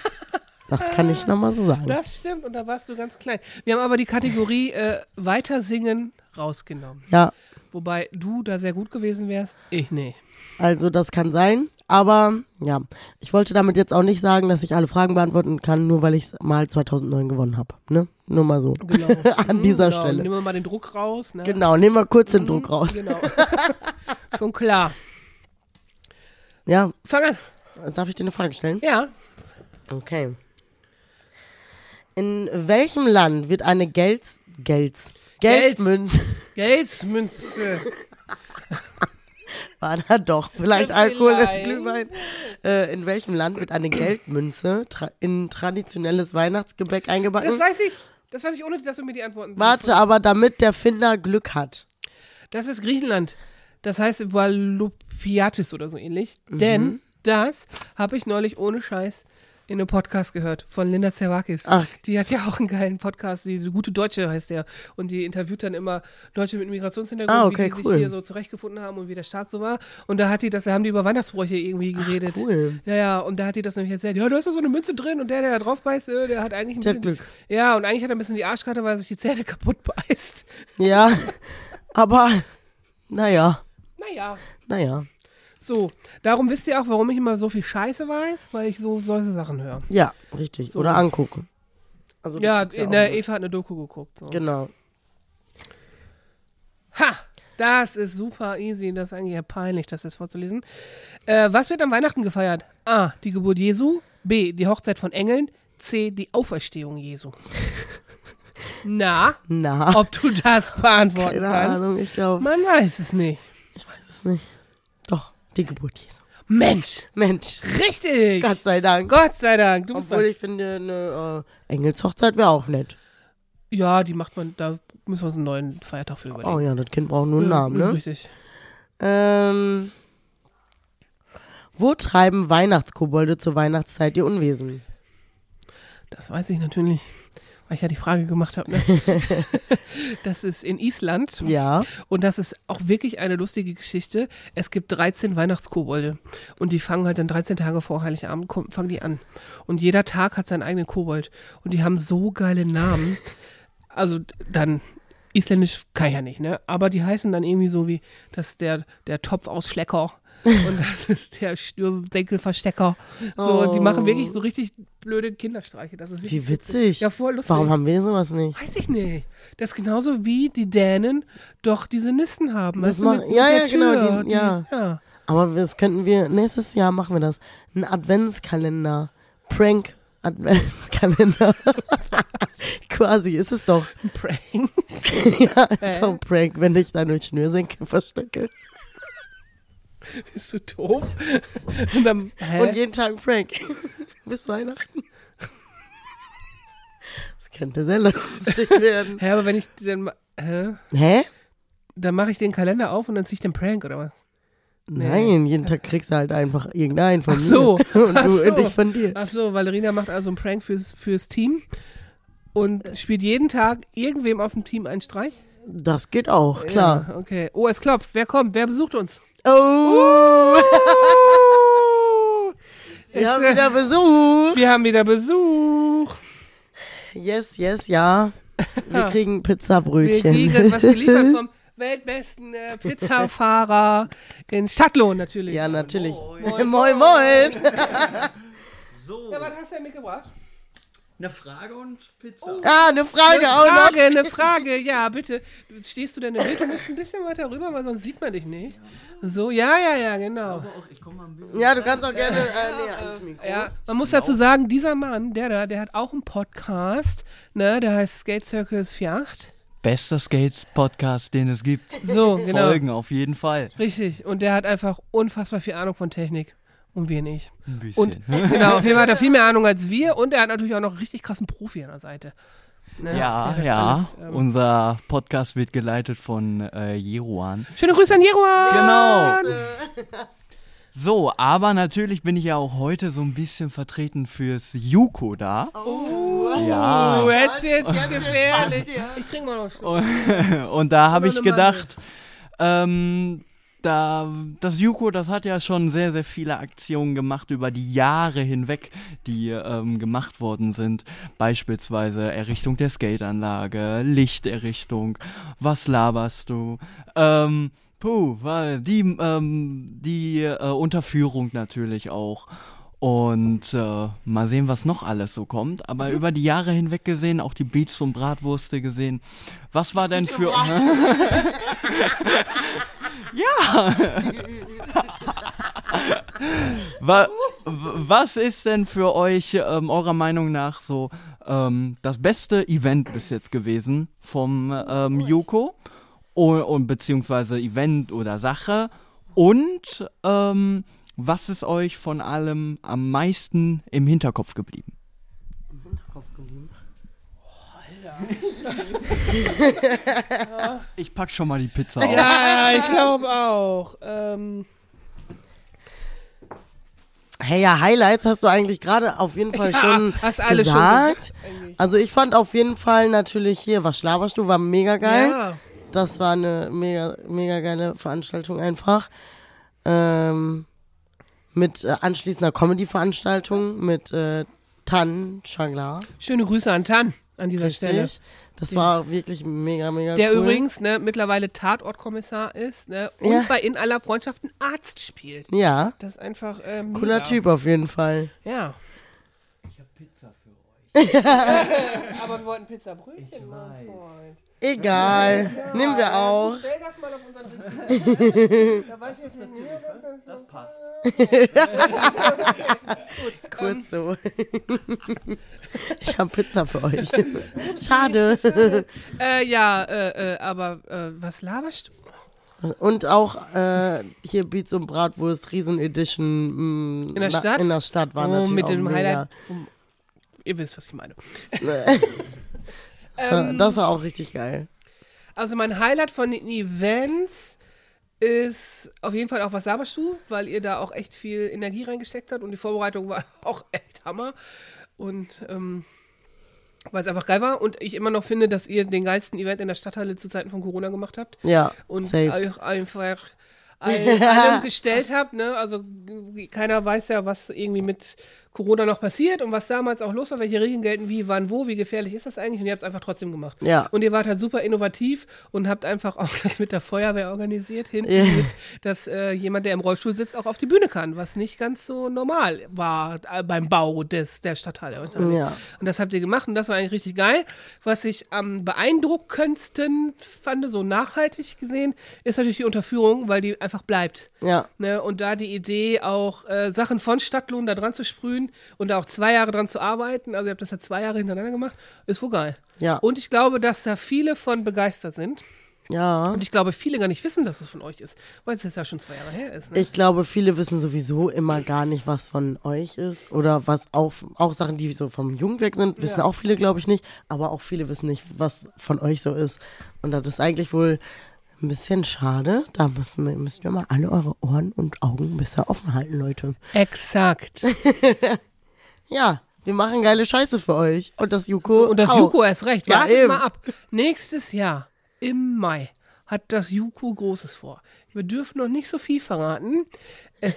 Das kann ich nochmal so sagen.
Das stimmt, und da warst du ganz klein. Wir haben aber die Kategorie äh, Weitersingen rausgenommen.
ja,
Wobei du da sehr gut gewesen wärst, ich nicht.
also das kann sein. Aber ja, ich wollte damit jetzt auch nicht sagen, dass ich alle Fragen beantworten kann, nur weil ich mal 2009 gewonnen habe. Ne? Nur mal so.
Genau.
(laughs) An dieser
genau.
Stelle.
Nehmen wir mal den Druck raus. Ne?
Genau, nehmen wir kurz den Druck raus.
Genau. (laughs) schon klar.
Ja,
Fang an.
darf ich dir eine Frage stellen?
Ja.
Okay. In welchem Land wird eine Gelds, Gelds,
Gelds.
Geldmünze, (laughs)
Geldmünze.
war da doch, vielleicht
Ja,
Alkohol und
vielleicht.
Glühwein. Äh, in welchem Land wird eine Geldmünze tra in traditionelles Weihnachtsgebäck
Das
eingebacken?
weiß ich. Das weiß ich, ohne dass du mir die Antworten
Warte, aber damit der Finder Glück hat.
Das ist Griechenland. Das heißt
Mhm.
Valupiatis oder so ähnlich. Denn das habe ich neulich ohne Scheiß in einem Podcast gehört von Linda Zerwakis.
Ach.
Die hat ja auch einen geilen Podcast, die die gute Deutsche heißt der. Und die interviewt dann immer Deutsche mit Migrationshintergrund,
Ah, okay,
wie die
cool.
sich hier so zurechtgefunden haben und wie der Staat so war. Und da hat die das, da haben die über Weihnachtsbräuche irgendwie geredet.
cool.
Ja, ja, und da hat die das nämlich erzählt. Ja, du hast da so eine Münze drin und der, der da drauf beißt, äh, der hat eigentlich ein
Der
bisschen.
hat Glück.
Ja, und eigentlich hat er ein bisschen die Arschkarte, weil er sich die Zähne kaputt beißt. (laughs)
Ja, aber naja,
Naja.
naja.
So, darum wisst ihr auch, warum ich immer so viel Scheiße weiß, weil ich so solche Sachen höre.
Ja, richtig. Oder angucken. Also, du
Ja,
guckst auch
in der E-
mit.
Eva hat eine Doku geguckt. So.
Genau.
Ha! Das ist super easy. Das ist eigentlich ja peinlich, das jetzt vorzulesen. Äh, was wird an Weihnachten gefeiert? A. Die Geburt Jesu. B. Die Hochzeit von Engeln. C. Die Auferstehung
(laughs)
Jesu. Na,
Na,
ob du das beantworten
keine
kannst?
Ahnung, ich glaube
Man weiß es nicht.
es nicht. Doch, die Geburt Jesu.
Mensch,
Mensch,
richtig.
Gott sei Dank.
Gott sei Dank. Du bist
Obwohl ich finde, eine äh, Engelshochzeit wäre auch nett.
dran. ja, die macht man, da müssen wir uns einen neuen Feiertag für überlegen.
Oh ja, das Kind braucht nur einen Namen,
Ja,
ne?
Richtig.
Ähm, wo treiben Weihnachtskobolde zur Weihnachtszeit ihr Unwesen?
Das weiß ich natürlich, weil ich ja die Frage gemacht habe.
(laughs)
Ne? das ist in Island.
Ja.
Und das ist auch wirklich eine lustige Geschichte. Es gibt 13 Weihnachtskobolde. Und die fangen halt dann 13 Tage vor Heiligabend, kommen, fangen die an. Und jeder Tag hat seinen eigenen Kobold. Und die haben so geile Namen.
(laughs)
Also dann, isländisch kann ich ja nicht, ne? Aber die heißen dann irgendwie so wie, das ist der, der Topf aus
(laughs)
Schlecker. Und das ist der Stürmsenkelverstecker. So, und die machen wirklich so richtig blöde Kinderstreiche. Das ist
Oh. Wie witzig.
Ja, voll lustig.
Warum haben wir sowas nicht?
Weiß ich nicht. Das ist genauso wie die Dänen doch diese Nissen haben. weißt
Das
du, mit-
machen-
mit
ja,
der
ja, genau,
Tür,
die- ja.
ja.
Aber das könnten wir, nächstes Jahr machen wir das. Ein Adventskalender. Prank Adventskalender. (laughs) Quasi, ist es doch.
Prank. (laughs)
Ja, ist doch ein Prank, wenn ich deine Schnürsenkel verstecke.
Bist du doof? (laughs) Und dann, hä?
Und jeden Tag ein Prank. (laughs) Bis Weihnachten. Das könnte sehr
(laughs)
lustig werden.
hä, aber wenn ich dann, ma- hä?
Hä?
Dann mache ich den Kalender auf und dann ziehe ich den Prank oder was?
Nein, jeden Tag kriegst du halt einfach irgendeinen von
Ach so.
mir. (laughs) Und
Ach
du
so.
und ich von dir.
Ach so, Valerina macht also einen Prank fürs, fürs Team
Äh.
und spielt jeden Tag irgendwem aus dem Team einen Streich?
Das geht auch, klar.
Ja, okay. Oh, es klopft. Wer kommt? Wer besucht uns? (laughs)
Oh! Wir haben
Es, äh,
wieder Besuch.
Wir haben wieder Besuch.
Yes, yes, ja.
(laughs)
Wir kriegen
Wir
Pizzabrötchen.
kriegen was geliefert vom weltbesten äh, Pizzafahrer in Stadtlohn natürlich.
(laughs) ja, natürlich.
Moin,
Moin, (laughs) moin. moin.
So,
Ja, was hast du denn mitgebracht?
eine Frage und Pizza.
Ah, eine Frage
Eine
auch noch.
Frage, eine Frage, ja, bitte. Stehst du denn im Bild? Du musst ein bisschen weiter rüber, weil sonst sieht man dich nicht. So, ja, ja, ja, genau.
Aber auch, ich komme mal ein bisschen.
Ja, du kannst auch gerne
(laughs)
äh, näher ans Mikro.
Ja, man muss dazu sagen, dieser Mann, der da, der hat auch einen Podcast, ne, der heißt Skate Circles 48.
Bester Skates-Podcast, den es gibt.
So, genau.
Folgen auf jeden Fall.
Richtig, und der hat einfach unfassbar viel Ahnung von Technik und wir nicht.
Ein bisschen.
Und
(laughs)
genau, auf jeden Fall hat er viel mehr Ahnung als wir und er hat natürlich auch noch einen richtig krassen Profi an der Seite. Ne, der
ja,
das
ja.
alles, ähm,
Unser Podcast wird geleitet von äh, Jeruan.
schöne Grüße an Jeroan!
Genau. So, aber natürlich bin ich ja auch heute so ein bisschen vertreten fürs Yuko da. Ja.
Oh, jetzt wird's gefährlich. Ich trinke mal noch einen Schluck.
(laughs) Und da habe
Nur
ich
eine
gedacht, ähm, da, das Yuko, das hat ja schon sehr, sehr viele Aktionen gemacht über die Jahre hinweg, die ähm, gemacht worden sind. Beispielsweise Errichtung der Skateanlage, Lichterrichtung, was laberst du? Ähm, puh, wa- die, ähm, die äh, Unterführung natürlich auch. Und äh, mal sehen, was noch alles so kommt.
Mhm.
Aber über die Jahre hinweg gesehen, auch die Beats und Bratwurste gesehen. Was war denn für. (laughs) Wa w- was ist denn für euch ähm, eurer Meinung nach so ähm, das beste Event bis jetzt gewesen vom ähm, Yuko? O- und beziehungsweise Event oder Sache? Und ähm, was ist euch von allem am meisten im Hinterkopf geblieben? Oh, (laughs) Ich pack schon mal die Pizza auf.
Ja, ich glaube auch. Ähm,
Hey, ja, Highlights hast du eigentlich gerade auf jeden Fall
Ja,
schon
hast alle schon
gesagt.
eigentlich.
also ich fand auf jeden Fall natürlich hier, was schlaberst du, war mega geil.
Ja.
Das war eine mega, mega geile Veranstaltung einfach. Ähm, mit äh, anschließender Comedy-Veranstaltung mit äh, Tan Changla.
Schöne Grüße an Tan an dieser Stelle.
Richtig. Das war wirklich mega, mega
Der
cool.
übrigens ne, mittlerweile Tatortkommissar ist ne, und
Ja.
bei In aller Freundschaft einen Arzt spielt.
Ja,
Das ist einfach. Ähm,
cooler
mega.
Typ auf jeden Fall.
Ja.
Ich hab Pizza für euch.
(laughs) Aber wir wollten Pizzabrötchen.
Ich weiß.
Egal, nehmen wir auch.
Stell das mal auf unseren Richter. (laughs) da weiß ich jetzt nicht mehr, was das
Das passt.
Kurz so. (laughs) ich habe Pizza für euch. Schade.
(laughs) Äh, ja, äh, äh, aber äh, was laberst du?
Und auch äh, hier Beats und Bratwurst Riesen Edition mh,
In der
na-
Stadt?
In der Stadt war
Oh,
natürlich
mit
auch
dem
mega.
Highlight. Um, ihr wisst, was ich meine.
(laughs)
Ähm.
Das war- Das war auch richtig geil.
Also mein Highlight von den Events ist auf jeden Fall auch was laberst du, weil ihr da auch echt viel Energie reingesteckt habt und die Vorbereitung war (laughs) auch echt Hammer. Und ähm, weil es einfach geil war und ich immer noch finde, dass ihr den geilsten Event in der Stadthalle zu Zeiten von Corona gemacht habt.
Ja,
und
safe.
euch einfach
(laughs)
all- allem gestellt habt. Ne? Also g- keiner weiß ja, was irgendwie mit Corona noch passiert und was damals auch los war, welche Regeln gelten, wie, wann, wo, wie gefährlich ist das eigentlich und ihr habt es einfach trotzdem gemacht.
Ja.
Und ihr wart halt super innovativ und habt einfach auch das mit der Feuerwehr organisiert, hinten
Ja.
mit, dass äh, jemand, der im Rollstuhl sitzt, auch auf die Bühne kann, was nicht ganz so normal war äh, beim Bau des, der Stadthalle.
Ja.
Und das habt ihr gemacht und das war eigentlich richtig geil. Was ich am beeindruckendsten fand, so nachhaltig gesehen, ist natürlich die Unterführung, weil die einfach bleibt.
Ja,
Ne? Und da die Idee, auch äh, Sachen von Stadtlohn da dran zu sprühen und da auch zwei Jahre dran zu arbeiten, also ihr habt das ja zwei Jahre hintereinander gemacht, ist wohl geil.
Ja.
Und ich glaube, dass da viele von begeistert sind.
ja.
Und ich glaube, viele gar nicht wissen, dass es von euch ist, weil es jetzt ja schon zwei Jahre her ist. Ne?
Ich glaube, viele wissen sowieso immer gar nicht, was von euch ist. Oder was auch, auch Sachen, die so vom Jugendwerk sind, wissen auch viele, glaube ich, nicht. Aber auch viele wissen nicht, was von euch so ist. Und das ist eigentlich wohl ein bisschen schade. Da müssen wir, müsst ihr mal alle eure Ohren und Augen besser offen halten, Leute.
Exakt.
Ja, wir machen geile Scheiße für euch. Und das Juko.
Und das
auch.
Juko erst recht.
Ja,
Wartet
eben.
mal ab. Nächstes Jahr im Mai hat das Juko Großes vor. Wir dürfen noch nicht so viel verraten.
(laughs)
Es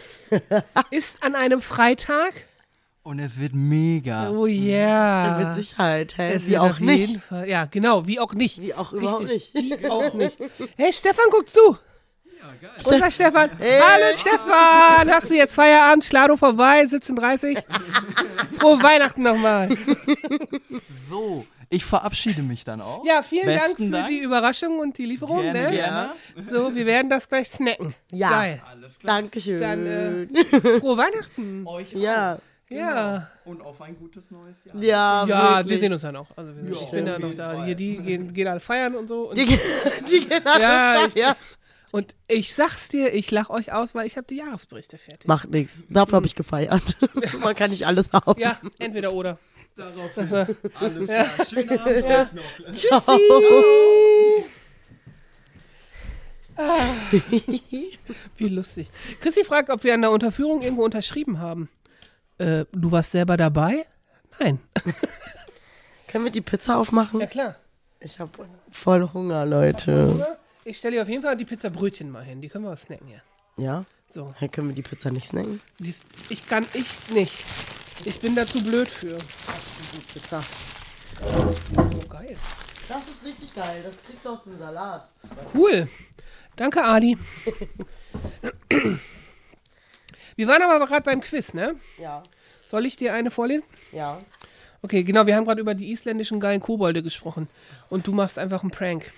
ist an einem Freitag.
Und es wird mega.
Oh yeah.
Mit Sicherheit, hey,
Es
wie
wird
auch
auf
nicht.
jeden Fall- Ja, genau, wie auch nicht.
Wie auch überhaupt
Richtig,
(laughs)
Wie auch nicht. Hey, Stefan, guck zu. Unser Stefan.
(laughs)
Hallo Stefan, hast du jetzt Feierabend? Schlado vorbei,
(laughs)
17.30 Frohe Weihnachten nochmal.
So, ich verabschiede mich dann auch.
Ja, vielen Dank
Besten
für die Überraschung und die Lieferung.
Gerne,
ne?
gerne.
So, wir werden das gleich snacken.
Ja.
Geil.
Alles klar.
Dankeschön.
Dann, äh, Frohe Weihnachten.
Euch
ja,
Genau.
Ja.
auch. Und auf ein gutes neues Jahr.
ja.
Ja, wir
wirklich.
sehen uns dann auch. Also wir, ich bin
auf
da noch
jeden
da.
Fall.
Hier, die gehen, gehen alle feiern und so. Und,
Die, (laughs) die gehen alle
Ja, ich-
feiern.
und ich sag's dir, ich lach euch aus, weil ich habe die Jahresberichte fertig.
Macht nichts. Dafür habe ich gefeiert. (laughs) Man kann nicht alles haben.
Ja, entweder oder. (laughs)
Darauf Alles klar. Schönen Abend euch noch.
Ah. Wie lustig. Chrissy fragt, ob wir an der Unterführung irgendwo unterschrieben haben. Äh, du warst selber dabei? Nein.
Können wir die Pizza aufmachen?
Ja, klar.
Ich habe voll Hunger, Leute.
Ich stelle dir auf jeden Fall die Pizzabrötchen mal hin. Die können wir auch snacken hier.
Ja?
So.
Hey, können wir die Pizza nicht snacken?
Dies- Ich kann ich nicht. Ich bin da zu blöd für.
Pizza.
Oh, geil.
Das ist richtig geil. Das kriegst du auch zum Salat.
Cool. Danke, Ali. Wir waren aber gerade beim Quiz, ne?
Ja.
Soll ich dir eine vorlesen?
Ja.
Okay, genau, wir haben gerade über die isländischen geilen Kobolde gesprochen. Und du machst einfach einen Prank.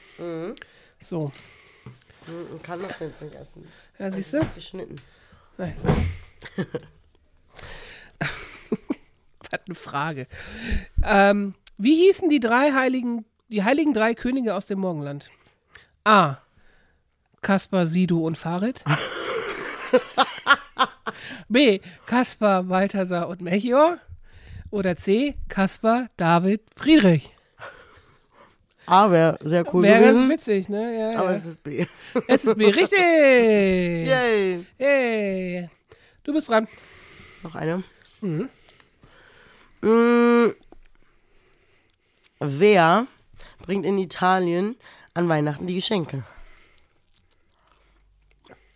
So.
Ich Hm, kann das jetzt nicht essen. Also,
Ja, siehst du?
Geschnitten.
Nein. (laughs) Was eine Frage. Ähm, wie hießen die drei heiligen, die heiligen drei Könige aus dem Morgenland? A. Kaspar, Sido und Farid. (laughs) B. Kaspar, Balthasar und Melchior. Oder C. Kaspar, David, Friedrich.
A wäre sehr cool
Wäre ganz
gewesen.
witzig, ne? Ja,
aber
ja.
es ist B.
Es ist mir richtig.
(laughs) Yay.
Hey, du bist dran.
noch eine.
Mhm.
Mm, wer bringt in Italien an Weihnachten die Geschenke?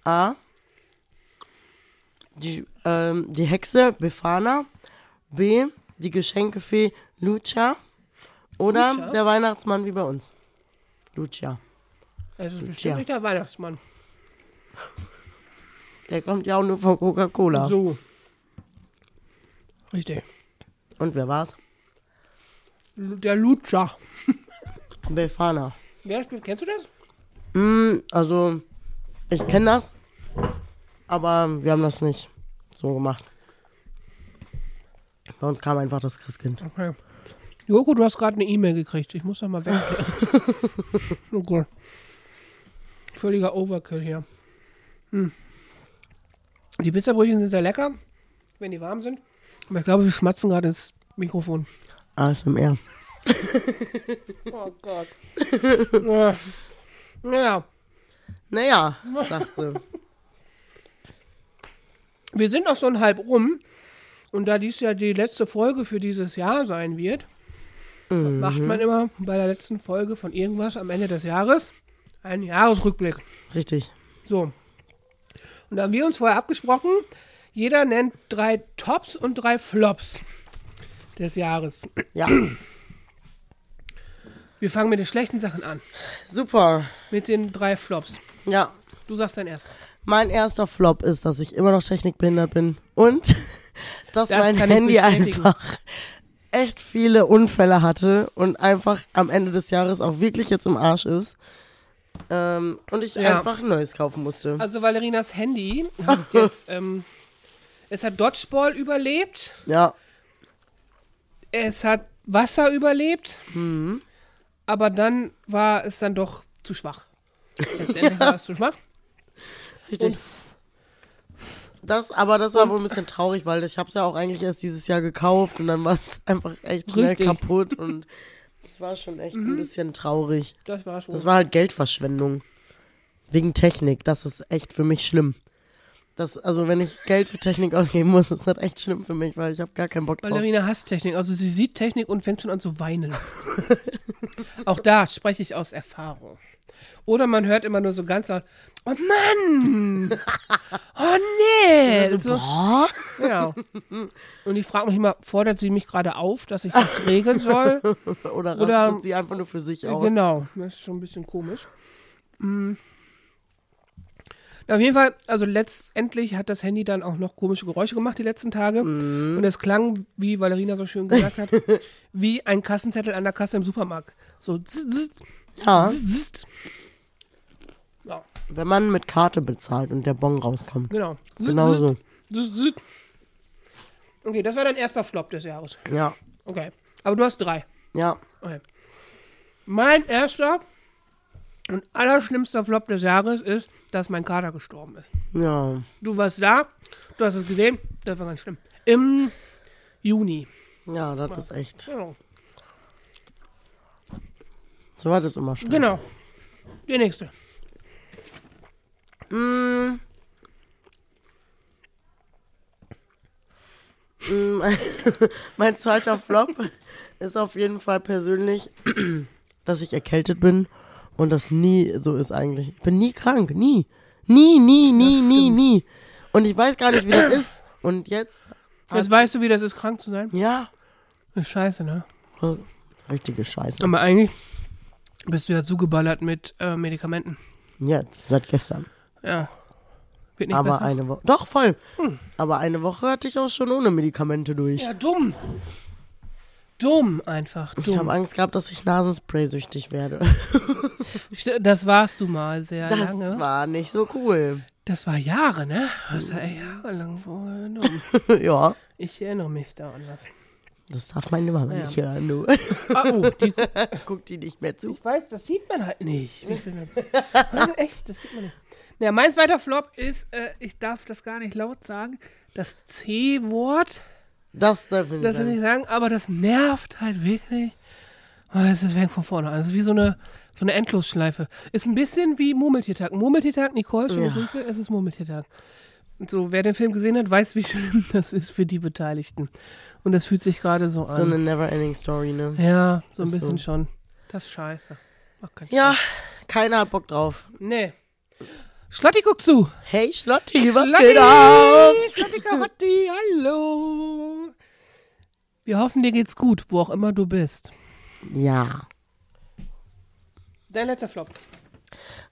A. Die, ähm, die Hexe Befana. B. Die Geschenkefee Lucia. Oder
Lucia?
der Weihnachtsmann wie bei uns. Lucia.
Es ist bestimmt
Tja.
nicht der Weihnachtsmann.
Der kommt ja auch nur von Coca-Cola.
So. Richtig.
Und wer war's?
Lu- Der Lutscher.
Befana.
Wer spielt, kennst du das?
Mm, also, ich kenne das, aber wir haben das nicht so gemacht. Bei uns kam einfach das Christkind.
Okay. Joko, du hast gerade eine E-Mail gekriegt. Ich muss da mal weg. (laughs) oh Gott. Völliger Overkill hier. Hm. Die Pizzabrötchen sind sehr lecker, wenn die warm sind. Aber ich glaube, wir schmatzen gerade ins (laughs) Mikrofon.
ASMR.
Oh Gott. ja. Naja,
Naja, sagt sie.
wir sind auch schon halb rum. Und da dies ja die letzte Folge für dieses Jahr sein wird, macht man immer bei der letzten Folge von irgendwas am Ende des Jahres einen Jahresrückblick.
Richtig.
So. Und da haben wir uns vorher abgesprochen, jeder nennt drei Tops und drei Flops des Jahres.
Ja,
Wir fangen mit den schlechten Sachen an.
super.
Mit den drei Flops.
Ja,
Du sagst dein erstes.
mein erster Flop ist, dass ich immer noch technikbehindert bin und (laughs) dass
Das
mein
kann ich
Handy
bestätigen.
einfach echt viele Unfälle hatte und einfach am Ende des Jahres auch wirklich jetzt im Arsch ist. Ähm, und ich
Ja.
einfach ein neues kaufen musste.
Also Valerinas Handy hat jetzt, ähm, es hat Dodgeball überlebt,
Ja,
es hat Wasser überlebt, Mhm. aber dann war es dann doch zu schwach. Letztendlich war es zu schwach.
Richtig.
Und-
das, aber das war wohl ein bisschen traurig, weil ich habe es ja auch eigentlich erst dieses Jahr gekauft und dann war es (laughs) einfach echt schnell
Richtig. Mhm. (laughs)
kaputt und es war schon echt ein bisschen traurig.
Das war schon.
Das war halt Geldverschwendung. Wegen Technik. Das ist echt für mich schlimm. Das, also wenn ich Geld für Technik ausgeben muss, ist das echt schlimm für mich, weil ich habe gar keinen Bock drauf.
Valerina hasst Technik. Also sie sieht Technik und fängt schon an zu
(laughs)
weinen. Auch da spreche ich aus Erfahrung. Oder man hört immer nur so ganz laut, oh Mann!
(laughs)
Oh nee!
Also,
so,
boah,
ja. Und ich frage mich immer, fordert sie mich gerade auf, dass ich
(laughs)
das regeln soll?
oder rastet
Oder-
sie einfach nur für sich
Ja,
aus.
Genau, das ist schon ein bisschen komisch. Mm. Na, auf jeden Fall, also letztendlich hat das Handy dann auch noch komische Geräusche gemacht die letzten Tage. Und es klang, wie Valerina so schön gesagt (laughs) hat, wie ein Kassenzettel an der Kasse im Supermarkt. So. zzz, zzz,
Ja,
zzz. Ja,
wenn man mit Karte bezahlt und der Bon rauskommt.
genau. Zzz,
Genau
zzz,
so.
zzz, zzz. Okay, das war dein erster Flop des Jahres.
Ja,
Okay. Aber du hast drei.
ja.
Okay. Mein erster und allerschlimmster Flop des Jahres ist, dass mein Kater gestorben ist.
Ja,
Du warst da, du hast es gesehen, das war ganz schlimm. Im Juni.
ja, das ist echt.
Genau.
So war das immer schon.
genau. Der nächste.
(laughs) Mein zweiter Flop ist auf jeden Fall persönlich, (clears throat) dass ich erkältet bin und das nie so ist eigentlich. Ich bin nie krank, nie. Nie, nie, nie, nie, nie. Und ich weiß gar nicht, wie das ist. Und jetzt,
Jetzt weißt du, wie das ist, krank zu sein.
ja, äh,
Das ist scheiße, ne?
richtige Scheiße.
Aber eigentlich bist du ja zugeballert mit äh, Medikamenten.
Jetzt, seit gestern.
Ja. Wird nicht
Aber
besser. Hm.
eine Woche. Doch, voll. Aber eine Woche hatte ich auch schon ohne Medikamente durch.
Ja, dumm. Dumm einfach.
Ich habe
Dumm.
Angst gehabt, dass ich Nasenspray-süchtig werde.
Das warst du mal sehr
Das
lange.
war nicht so cool. (laughs)
Das war Jahre, ne? Das war jahrelang vorgenommen.
ja.
Ich erinnere mich da an was.
Das darf meine Mama
Ja.
nicht hören, du.
Ah, Oh, (laughs) die,
Guckt die nicht mehr zu.
ich weiß, das sieht man halt nicht. Ich bin- Mann, echt, das sieht man nicht. Ja, mein zweiter Flop ist, äh, ich darf das gar nicht laut sagen, das C-Wort,
Das darf ich nicht.
das will ich
sagen.
nicht sagen, aber das nervt halt wirklich. Oh, es ist weg von vorne. Also wie so eine, so eine Endlosschleife. Ist ein bisschen wie Murmeltiertag. Murmeltiertag, Nicole, schöne
Ja.
Grüße, es ist Murmeltiertag. So, wer den Film gesehen hat, weiß, wie (laughs) schlimm das ist für die Beteiligten. Und das fühlt sich gerade so an.
So eine Neverending Story, ne?
ja, so ein
Ach so.
bisschen schon. Das ist scheiße. Macht keinen
Ja,
Spaß.
keiner hat Bock drauf.
Nee. Schlotti, guck zu.
Hey Schlotti, was
Schlotti,
geht ab?
Schlotti, Karotti, hallo. Wir hoffen, dir geht's gut, wo auch immer du bist.
Ja.
Dein letzter Flop.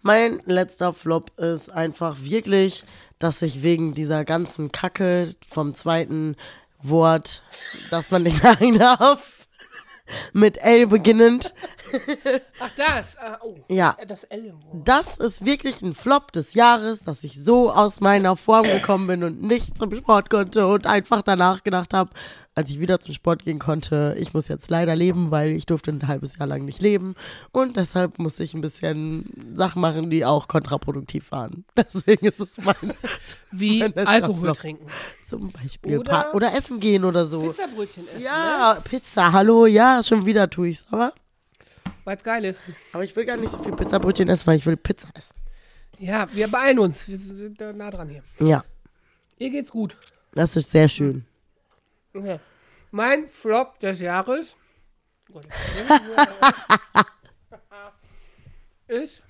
Mein letzter Flop ist einfach wirklich, dass ich wegen dieser ganzen Kacke vom zweiten Wort, das man nicht (laughs) sagen darf, mit L beginnend,
Ach, das. Ah, oh.
ja,
Das Ellenbogen.
das ist wirklich ein Flop des Jahres, dass ich so aus meiner Form gekommen bin und nicht zum Sport konnte und einfach danach gedacht habe, als ich wieder zum Sport gehen konnte, ich muss jetzt leider leben, weil ich durfte ein halbes Jahr lang nicht leben und deshalb musste ich ein bisschen Sachen machen, die auch kontraproduktiv waren. (laughs) Deswegen ist
(laughs)
es mein
Wie
Mein letzter
Alkohol
Flop.
trinken.
zum Beispiel
Oder-
Pa- oder essen gehen oder so.
Pizzabrötchen essen. ne?
ja, Pizza, hallo, ja, schon wieder tue ich's, aber
Weil's geil ist.
aber ich will gar nicht so viel Pizzabrötchen essen, weil ich will Pizza essen.
Ja, wir beeilen uns. Wir sind da nah dran hier.
Ja,
Ihr geht's gut.
das ist sehr schön.
Okay. Mein Flop des Jahres Gott, (laughs) ist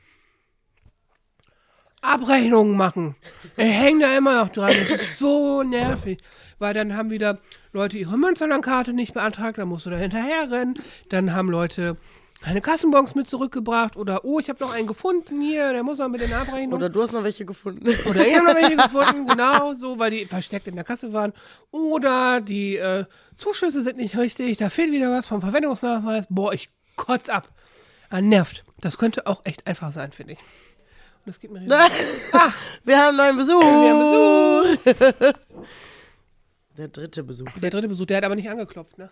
Abrechnungen machen. Ich hänge da immer noch dran. Das ist so nervig. Weil dann haben wieder Leute ihre Münsterlandkarte nicht beantragt, dann musst du da hinterher rennen. Dann haben Leute keine Kassenbons mit zurückgebracht oder oh, ich habe noch einen gefunden hier, der muss noch mit den Abrechnungen.
Oder du hast noch welche gefunden.
Oder ich habe noch welche gefunden, genau so, weil die versteckt in der Kasse waren. Oder die äh, Zuschüsse sind nicht richtig, da fehlt wieder was vom Verwendungsnachweis. Boah, ich kotz ab. Ah, nervt. Das könnte auch echt einfach sein, finde ich. Und das gibt mir richtig.
Wir haben neuen Besuch.
Wir haben Besuch.
Der dritte Besuch.
Der dritte Besuch, der hat aber nicht angeklopft, ne?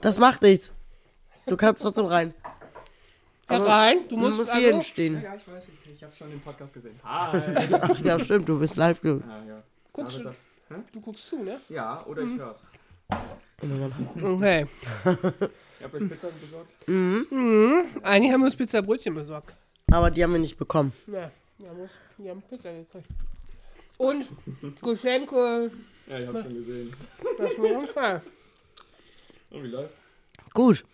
Das macht nichts. Du kannst trotzdem rein.
Ja,
Aber
rein, du
Du
musst,
musst
also,
hier hinstehen.
Ja, ich weiß nicht. Ich habe schon den Podcast gesehen. Hi.
Ach ja, stimmt, du bist live. Ge
ja, ja.
Guckst du, du guckst zu, ne?
ja, oder ich
Hm.
hör's.
Okay.
Ihr habt euch Pizza besorgt?
Eigentlich haben wir uns Pizzabrötchen besorgt.
Aber die haben wir nicht bekommen.
Ja, wir haben, uns, wir haben Pizza gekriegt. Und Geschenke,
Ja, ich hab's schon gesehen.
das war ganz geil.
Und wie läuft's?
Gut.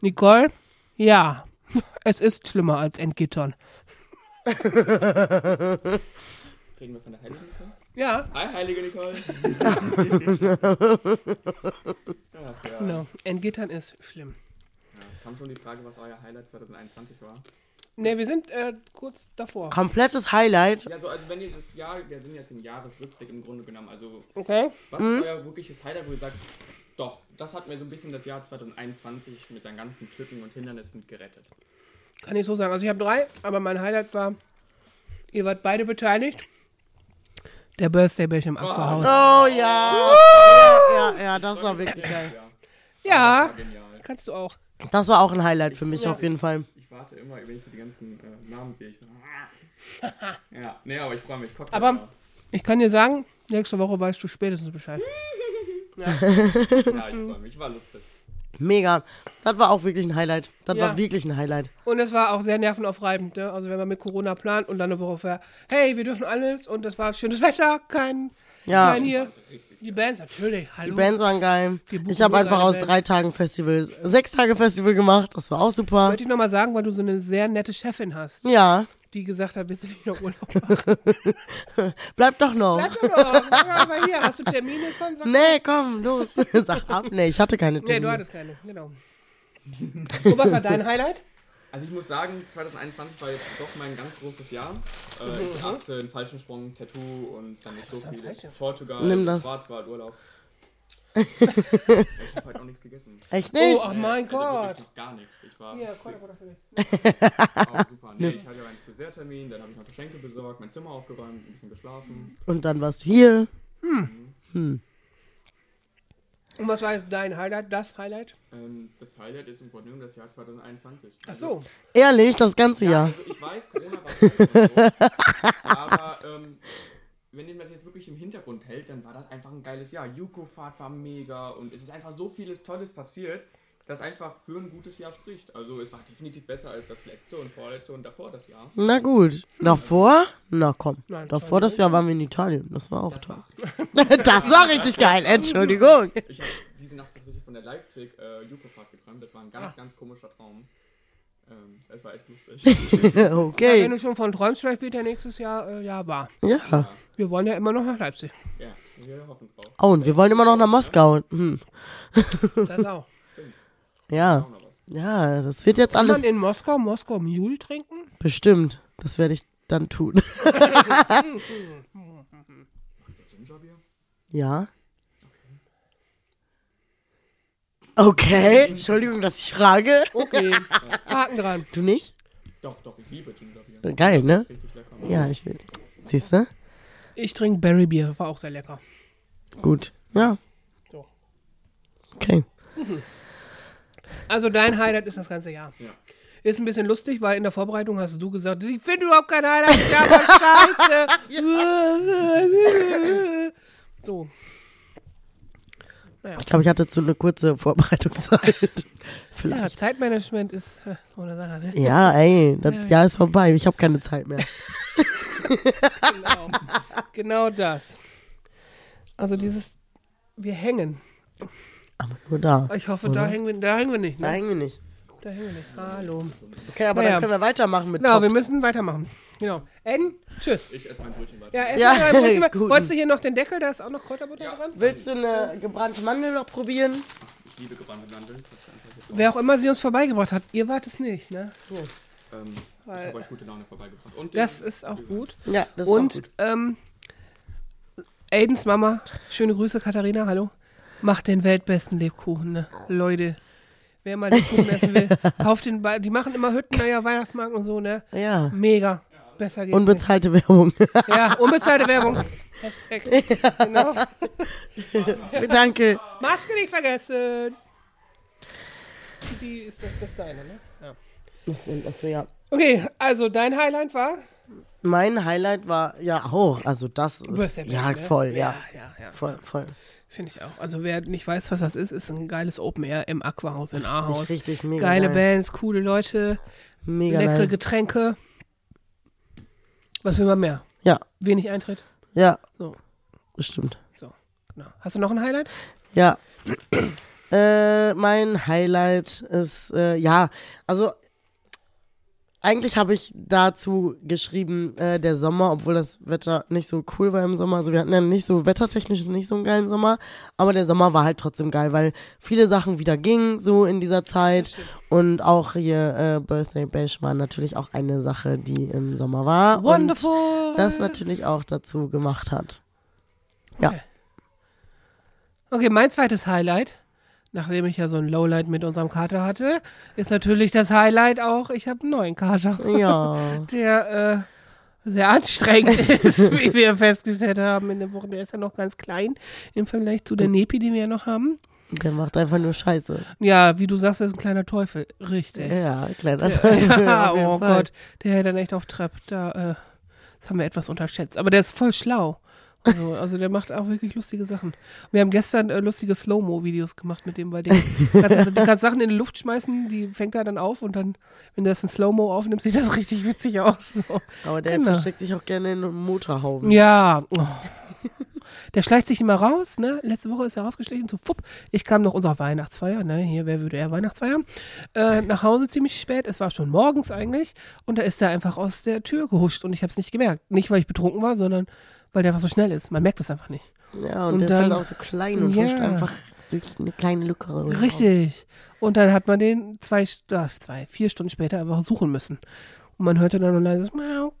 Nicole, ja, es ist schlimmer als Entgittern.
Reden wir von der Heiligen Nicole?
Ja,
Hi, Heilige
(laughs)
Nicole. Ach ja.
genau. Entgittern ist schlimm.
ja. Kam schon die Frage, was euer Highlight 2021 war?
Ne, wir sind äh, kurz davor.
Komplettes Highlight.
Ja, so, also wenn ihr das Jahr, wir sind jetzt im Jahresrückblick im Grunde genommen, also
Okay.
was ist euer wirkliches Highlight, wo ihr sagt, doch, das hat mir so ein bisschen das Jahr 2021 mit seinen ganzen Tücken und Hindernissen gerettet.
Kann ich so sagen. Also ich habe drei, aber mein Highlight war, ihr wart beide beteiligt. Der Birthday Bash im Aquahaus.
Oh ja. Ja, ja, ja, das war wirklich geil.
Ja,
Oh. Ja,
genial.
kannst du auch.
Das war auch ein Highlight für mich auf jeden Fall.
Ich warte immer, wenn ich die ganzen äh, Namen sehe. Ich, (laughs) ja, nee, aber ich freue mich. Cocktail
Aber- Ich kann dir sagen, nächste Woche weißt du spätestens Bescheid.
Ja, ich freue mich. War lustig.
Mega. Das war auch wirklich ein Highlight. Das
Ja.
war wirklich ein Highlight.
Und es war auch sehr nervenaufreibend, ne? Also wenn man mit Corona plant und dann eine Woche vorher, hey, wir dürfen alles und das war schönes Wetter, kein,
Ja.
kein hier. Die Bands natürlich, hallo.
Die Bands waren geil.
Wir buchen
Ich habe
eine
einfach
geile
aus
Band.
drei Tagen Festival, sechs Tage Festival gemacht. Das war auch super.
Wollte ich nochmal sagen, weil du so eine sehr nette Chefin hast,
Ja.
die gesagt hat, willst du nicht noch Urlaub machen?
Bleib doch noch.
Bleib doch noch, sag mal, aber hier, hast du Termine? Komm, sag
Nee, komm, los.
(laughs)
Sag ab. Nee, ich hatte keine
Nee, du
Termine.
hattest keine, genau. Und was war dein (laughs) Highlight?
Also ich muss sagen, 2021 war jetzt doch mein ganz großes Jahr. Äh,
Mhm.
ich bin 18, Fallschirmsprung, Tattoo und dann nicht so viel.
Fallschirm?
Portugal,
Nimm das. (laughs)
Schwarzwald, Urlaub. ich habe heute auch nichts gegessen.
Echt
Oh,
nicht?
ach mein
also wirklich
Gott.
noch Gar nichts. Ich war
Ja, Cola Cola für mich.
oh,
(laughs)
super. Nee, ich hatte ja einen Friseurtermin, dann habe ich noch Geschenke besorgt, mein Zimmer aufgeräumt, ein bisschen
Mhm.
geschlafen.
oh.
Und dann warst du hier.
Und was war jetzt dein Highlight, das Highlight?
Ähm, das Highlight ist im Grunde genommen das Jahr Also 2021.
Ach so,
Ehrlich, das ganze Jahr.
Also ich weiß, Corona war scheiße und so, aber ähm, wenn ihr das jetzt wirklich im Hintergrund hält, dann war das einfach ein geiles Jahr. Juko-Fahrt war mega und es ist einfach so vieles Tolles passiert. das einfach für ein gutes Jahr spricht. Also es war definitiv besser als das letzte und vorletzte und davor das Jahr.
Na gut. Davor? Na komm.
Nein,
Davor das Jahr waren wir in Italien. Das war auch
Das
toll. (laughs)
war,
Das war
(laughs)
richtig geil. Entschuldigung.
ich habe diese Nacht tatsächlich von der Leipzig äh, Jukofahrt geträumt. Das war ein ganz, ganz komischer Traum. Ähm, das war echt lustig.
Ja,
(laughs)
wenn
Okay.
du schon von träumst, vielleicht wird ja nächstes Jahr äh, ja wahr.
Ja.
Wir wollen ja immer noch nach Leipzig.
ja, wir hoffen drauf.
Oh, und wir wollen immer noch nach Moskau. Hm.
Das (laughs) auch.
Ja.
Auch noch was.
Ja, das wird jetzt alles
Kann man in Moskau Moskau Mule trinken?
bestimmt. Das werde ich dann tun. (laughs)
Gingerbier?
Ja. Okay. Entschuldigung, dass ich frage.
Okay. Haken dran.
Du nicht?
Doch, doch, ich liebe Gingerbier.
Geil, ne?
Richtig lecker.
Ja, ich will. Siehst du?
Ich trinke Berry Bier, war auch sehr lecker.
Gut. Ja.
So.
Okay.
Also dein Highlight ist das ganze Jahr.
Ja.
Ist ein bisschen lustig, weil in der Vorbereitung hast du gesagt, ich finde überhaupt kein Highlight, ich (laughs) halt habe scheiße. (laughs) so.
Ich glaube, ich hatte zu eine kurze Vorbereitungszeit. (laughs)
Ja,
Vielleicht.
Zeitmanagement ist äh, so eine Sache, ne?
Ja, ey, das Jahr ist vorbei. Ich habe keine Zeit mehr.
Genau. (laughs) genau das. Also dieses, wir hängen.
Aber nur da.
Ich hoffe, da hängen wir, da hängen wir nicht. Ne?
Mhm. Nein, wir nicht.
Da hängen wir nicht. Hallo.
Okay, aber
Naja.
dann können wir weitermachen mit
Genau, wir
Tops.
müssen weitermachen. Genau. N, tschüss.
Ich esse mein Brötchen weiter.
Ja, Essen,
Ja,
äh,
(laughs)
wolltest, du,
guten.
wolltest du hier noch den Deckel? Da ist auch noch Kräuterbutter dran.
Willst du eine gebrannte Mandel noch probieren?
Ich liebe gebrannte Mandeln. Ich hab's einfach gebraucht.
Wer auch immer sie uns vorbeigebracht hat, ihr wart es nicht, ne?
Ähm, ich
Weil
habe euch gute Laune vorbeigebracht. Und
das
den-
ist auch gut.
Ja, das
Und
ist auch gut.
ähm, Aidens Mama, schöne Grüße, Katharina, hallo. Macht den weltbesten Lebkuchen, ne? Leute. Wer mal Lebkuchen essen
(laughs)
will, kauft den. Bei, die machen immer Hütten, naja, Weihnachtsmarkt und so, ne?
Ja,
Mega. Besser geht's. nicht.
unbezahlte
(laughs)
Werbung.
Ja, unbezahlte
(laughs)
Werbung. Hashtag. Genau.
Danke.
Maske nicht vergessen. Die ist das, das ist deine, ne?
Das nimmt das so, ja.
Okay, also dein Highlight war?
Mein Highlight war ja auch, also das
bist
ist
der
ja
Beste, ne?
voll, ja,
Ja, ja, ja.
voll, voll.
Finde ich auch. Also wer nicht weiß, was das ist, ist ein geiles Open Air im Aquahaus in Ahaus.
richtig, mega
Geile
geil.
Bands, coole Leute,
Mega
leckere
nice.
Getränke. Was will man mehr?
Ja,
Wenig Eintritt.
ja,
So.
bestimmt.
So, genau. Hast du noch ein Highlight?
Ja. (clears throat) äh, mein Highlight ist, äh, ja, also eigentlich habe ich dazu geschrieben, äh, der Sommer, obwohl das Wetter nicht so cool war im Sommer. Also wir hatten ja nicht so wettertechnisch nicht so einen geilen Sommer, aber der Sommer war halt trotzdem geil, weil viele Sachen wieder gingen so in dieser Zeit. Und auch hier äh, Birthday Bash war natürlich auch eine Sache, die im Sommer war.
Wonderful.
Und das natürlich auch dazu gemacht hat.
Okay, mein zweites Highlight, nachdem ich ja so ein Lowlight mit unserem Kater hatte, ist natürlich das Highlight auch, ich habe einen neuen Kater. (laughs)
Ja.
der äh, sehr anstrengend (laughs) ist, wie wir festgestellt haben in der Woche. Der ist ja noch ganz klein im Vergleich zu der Nepi, die wir ja noch haben.
Der macht einfach nur Scheiße.
Ja, wie du sagst, das ist ein kleiner Teufel. Richtig.
Ja, kleiner
(laughs) Ja, (laughs)
(laughs) auf jeden
oh
Fall.
Gott, der hält dann echt auf Trepp. Da, äh, das haben wir etwas unterschätzt. Aber der ist voll schlau.
(laughs)
Also, also der macht auch wirklich lustige Sachen. Wir haben gestern äh, lustige Slow-Mo-Videos gemacht mit dem, weil der kannst, du kannst Sachen in die Luft schmeißen, die fängt er dann auf und dann, wenn du das in Slow-Mo aufnimmst, sieht das richtig witzig aus. So.
Aber der
Genau.
versteckt sich auch gerne in Motorhauben.
Ja. Oh. Der schleicht sich immer raus, ne? Letzte Woche ist er rausgeschlichen, so fupp. Ich kam noch unserer Weihnachtsfeier, ne? Hier, wer würde er Weihnachtsfeier? Äh, nach Hause ziemlich spät, es war schon morgens eigentlich. Und da ist er einfach aus der Tür gehuscht und ich hab's nicht gemerkt. Nicht, weil ich betrunken war, sondern weil der einfach so schnell ist. Man merkt es einfach nicht.
Ja, und,
Und
der ist
dann-
halt auch so klein und
Ja.
huscht einfach durch eine kleine Lücke. raus.
Richtig. Und dann hat man den zwei, St- äh, zwei, vier Stunden später einfach suchen müssen. Und man hörte dann nur leises Mau,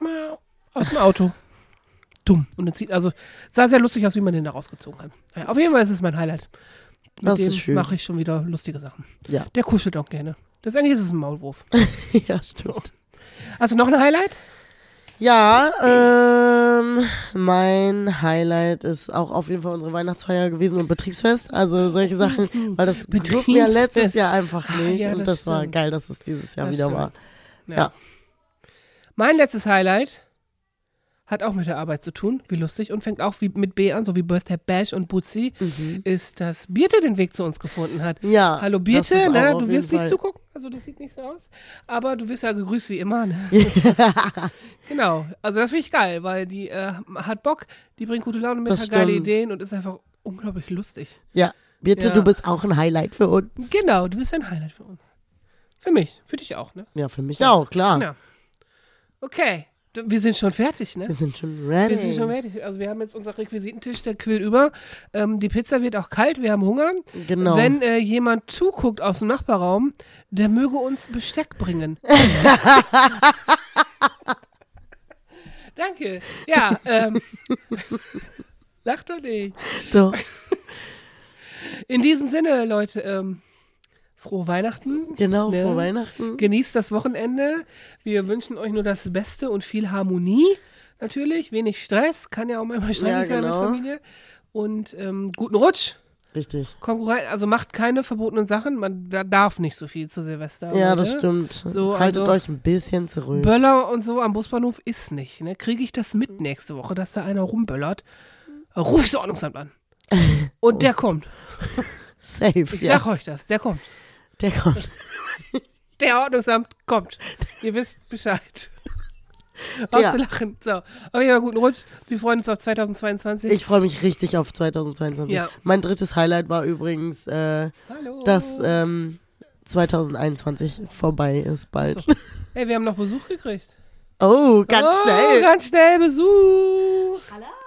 Mau aus dem
(laughs)
Auto. Dumm. Und es sieht also, sah sehr lustig aus, wie man den da rausgezogen hat. Ja, auf jeden Fall ist es mein Highlight. Mit
Das
dem
ist schön.
mache ich schon wieder lustige Sachen.
Ja.
Der kuschelt auch gerne. Letztendlich ist es ein Maulwurf.
(laughs) ja, stimmt.
Hast du noch ein Highlight?
Ja, ähm, mein Highlight ist auch auf jeden Fall unsere Weihnachtsfeier gewesen und Betriebsfest. Also
(laughs)
solche Sachen, weil das durften wir
Betriebsfest. Ah,
letztes Jahr einfach nicht.
ja,
und
das
das war
stimmt.
geil, dass es dieses Jahr
Das
wieder
stimmt.
war.
Mein letztes Highlight hat auch mit der Arbeit zu tun, wie lustig, und fängt auch wie mit B an, so wie Birthday Bash und Butzi,
Mhm.
ist, dass Birte den Weg zu uns gefunden hat.
Ja,
Hallo
das
Birte,
ist auch
ne?
auf
du wirst
jeden
nicht
Fall.
zugucken, also das sieht nicht so aus, aber du wirst ja gegrüßt wie immer. Ne?
(laughs)
genau, also das finde ich geil, weil die äh, hat Bock, die bringt gute Laune mit,
Das
hat geile
stimmt.
Ideen und ist einfach unglaublich lustig.
Ja, bitte,
Ja.
du bist auch ein Highlight für uns.
Genau, du bist ein Highlight für uns. Für mich, für dich auch, ne?
Ja, für mich auch, klar.
Ja. Genau. Okay, d- wir sind schon fertig, ne?
Wir sind schon ready.
Wir sind schon fertig. Also wir haben jetzt unseren Requisitentisch, der quillt über. Ähm, die Pizza wird auch kalt, wir haben Hunger.
Genau.
Wenn äh, jemand zuguckt aus dem Nachbarraum, der möge uns Besteck
(laughs)
bringen. Danke. Ja, ähm. (laughs) Lach doch nicht.
Doch.
In diesem Sinne, Leute, ähm, frohe Weihnachten.
Genau,
Ne?
vor Weihnachten.
Genießt das Wochenende. Wir wünschen euch nur das Beste und viel Harmonie. Natürlich, wenig Stress. Kann ja auch manchmal stressig sein mit
genau.
Familie. Und ähm, guten Rutsch.
Richtig.
Kommt rein, also macht keine verbotenen Sachen. Man da darf nicht so viel zu Silvester.
Ja,
Leute.
das stimmt.
ne? So,
Haltet
also-
euch ein bisschen zurück.
Böller und so am Busbahnhof ist nicht. Ne? Kriege ich das mit nächste Woche, dass da einer rumböllert? Ruf ich das Ordnungsamt
(laughs)
an. Und der kommt.
Safe,
Ich
ja.
sag euch das. Der kommt.
Der kommt.
Der Ordnungsamt kommt. Ihr wisst
(laughs)
Bescheid.
Ja.
Auszulachen. So. Aber ja, guten Rutsch. Wir freuen uns auf 2022.
Ich freue mich richtig auf 2022.
Ja.
Mein drittes Highlight war übrigens, äh,
Hallo.
dass ähm, 2021 vorbei ist bald.
So. Ey, wir haben noch Besuch gekriegt.
Oh, ganz
oh,
schnell.
Ganz schnell Besuch.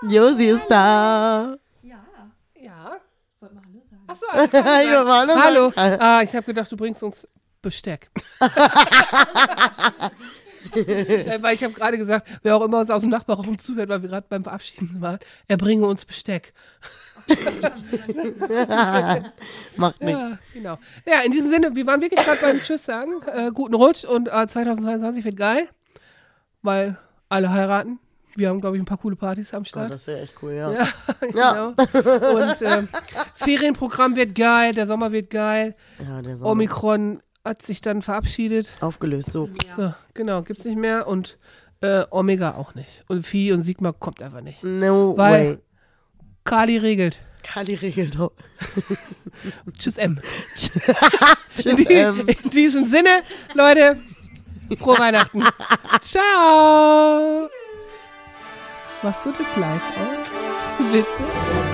Josi ist da.
Ja.
Wollt mal Hallo sagen.
Achso, alles klar.
(laughs) Ich wollte mal Hallo
Hallo.
sagen.
Ah, ich habe gedacht, du bringst uns (laughs) Besteck. Äh, weil ich habe gerade gesagt, wer auch immer uns aus dem Nachbarraum zuhört, weil wir gerade beim Verabschieden waren, er bringe uns Besteck.
Macht nichts.
Ja, genau. Ja, in diesem Sinne, wir waren wirklich gerade beim Tschüss sagen. Äh, guten Rutsch und äh, 2022 wird geil, weil alle heiraten. Wir haben, glaube ich, ein paar coole Partys am
Oh,
Start.
das wäre echt cool, ja.
Ja. (laughs) genau. Und ähm, Ferienprogramm wird geil, der Sommer wird geil.
Ja,
Oh,
der Sommer
Omikron hat sich dann verabschiedet.
aufgelöst. So.
So, genau, gibt's nicht mehr und äh, Omega auch nicht. Und Phi und Sigma kommt einfach nicht.
No
Weil-
way.
Kali regelt.
Kali regelt auch.
Tschüss M.
Tschüss, ähm.
In diesem Sinne, Leute, frohe Weihnachten. Ciao. Machst du das live auf? Bitte.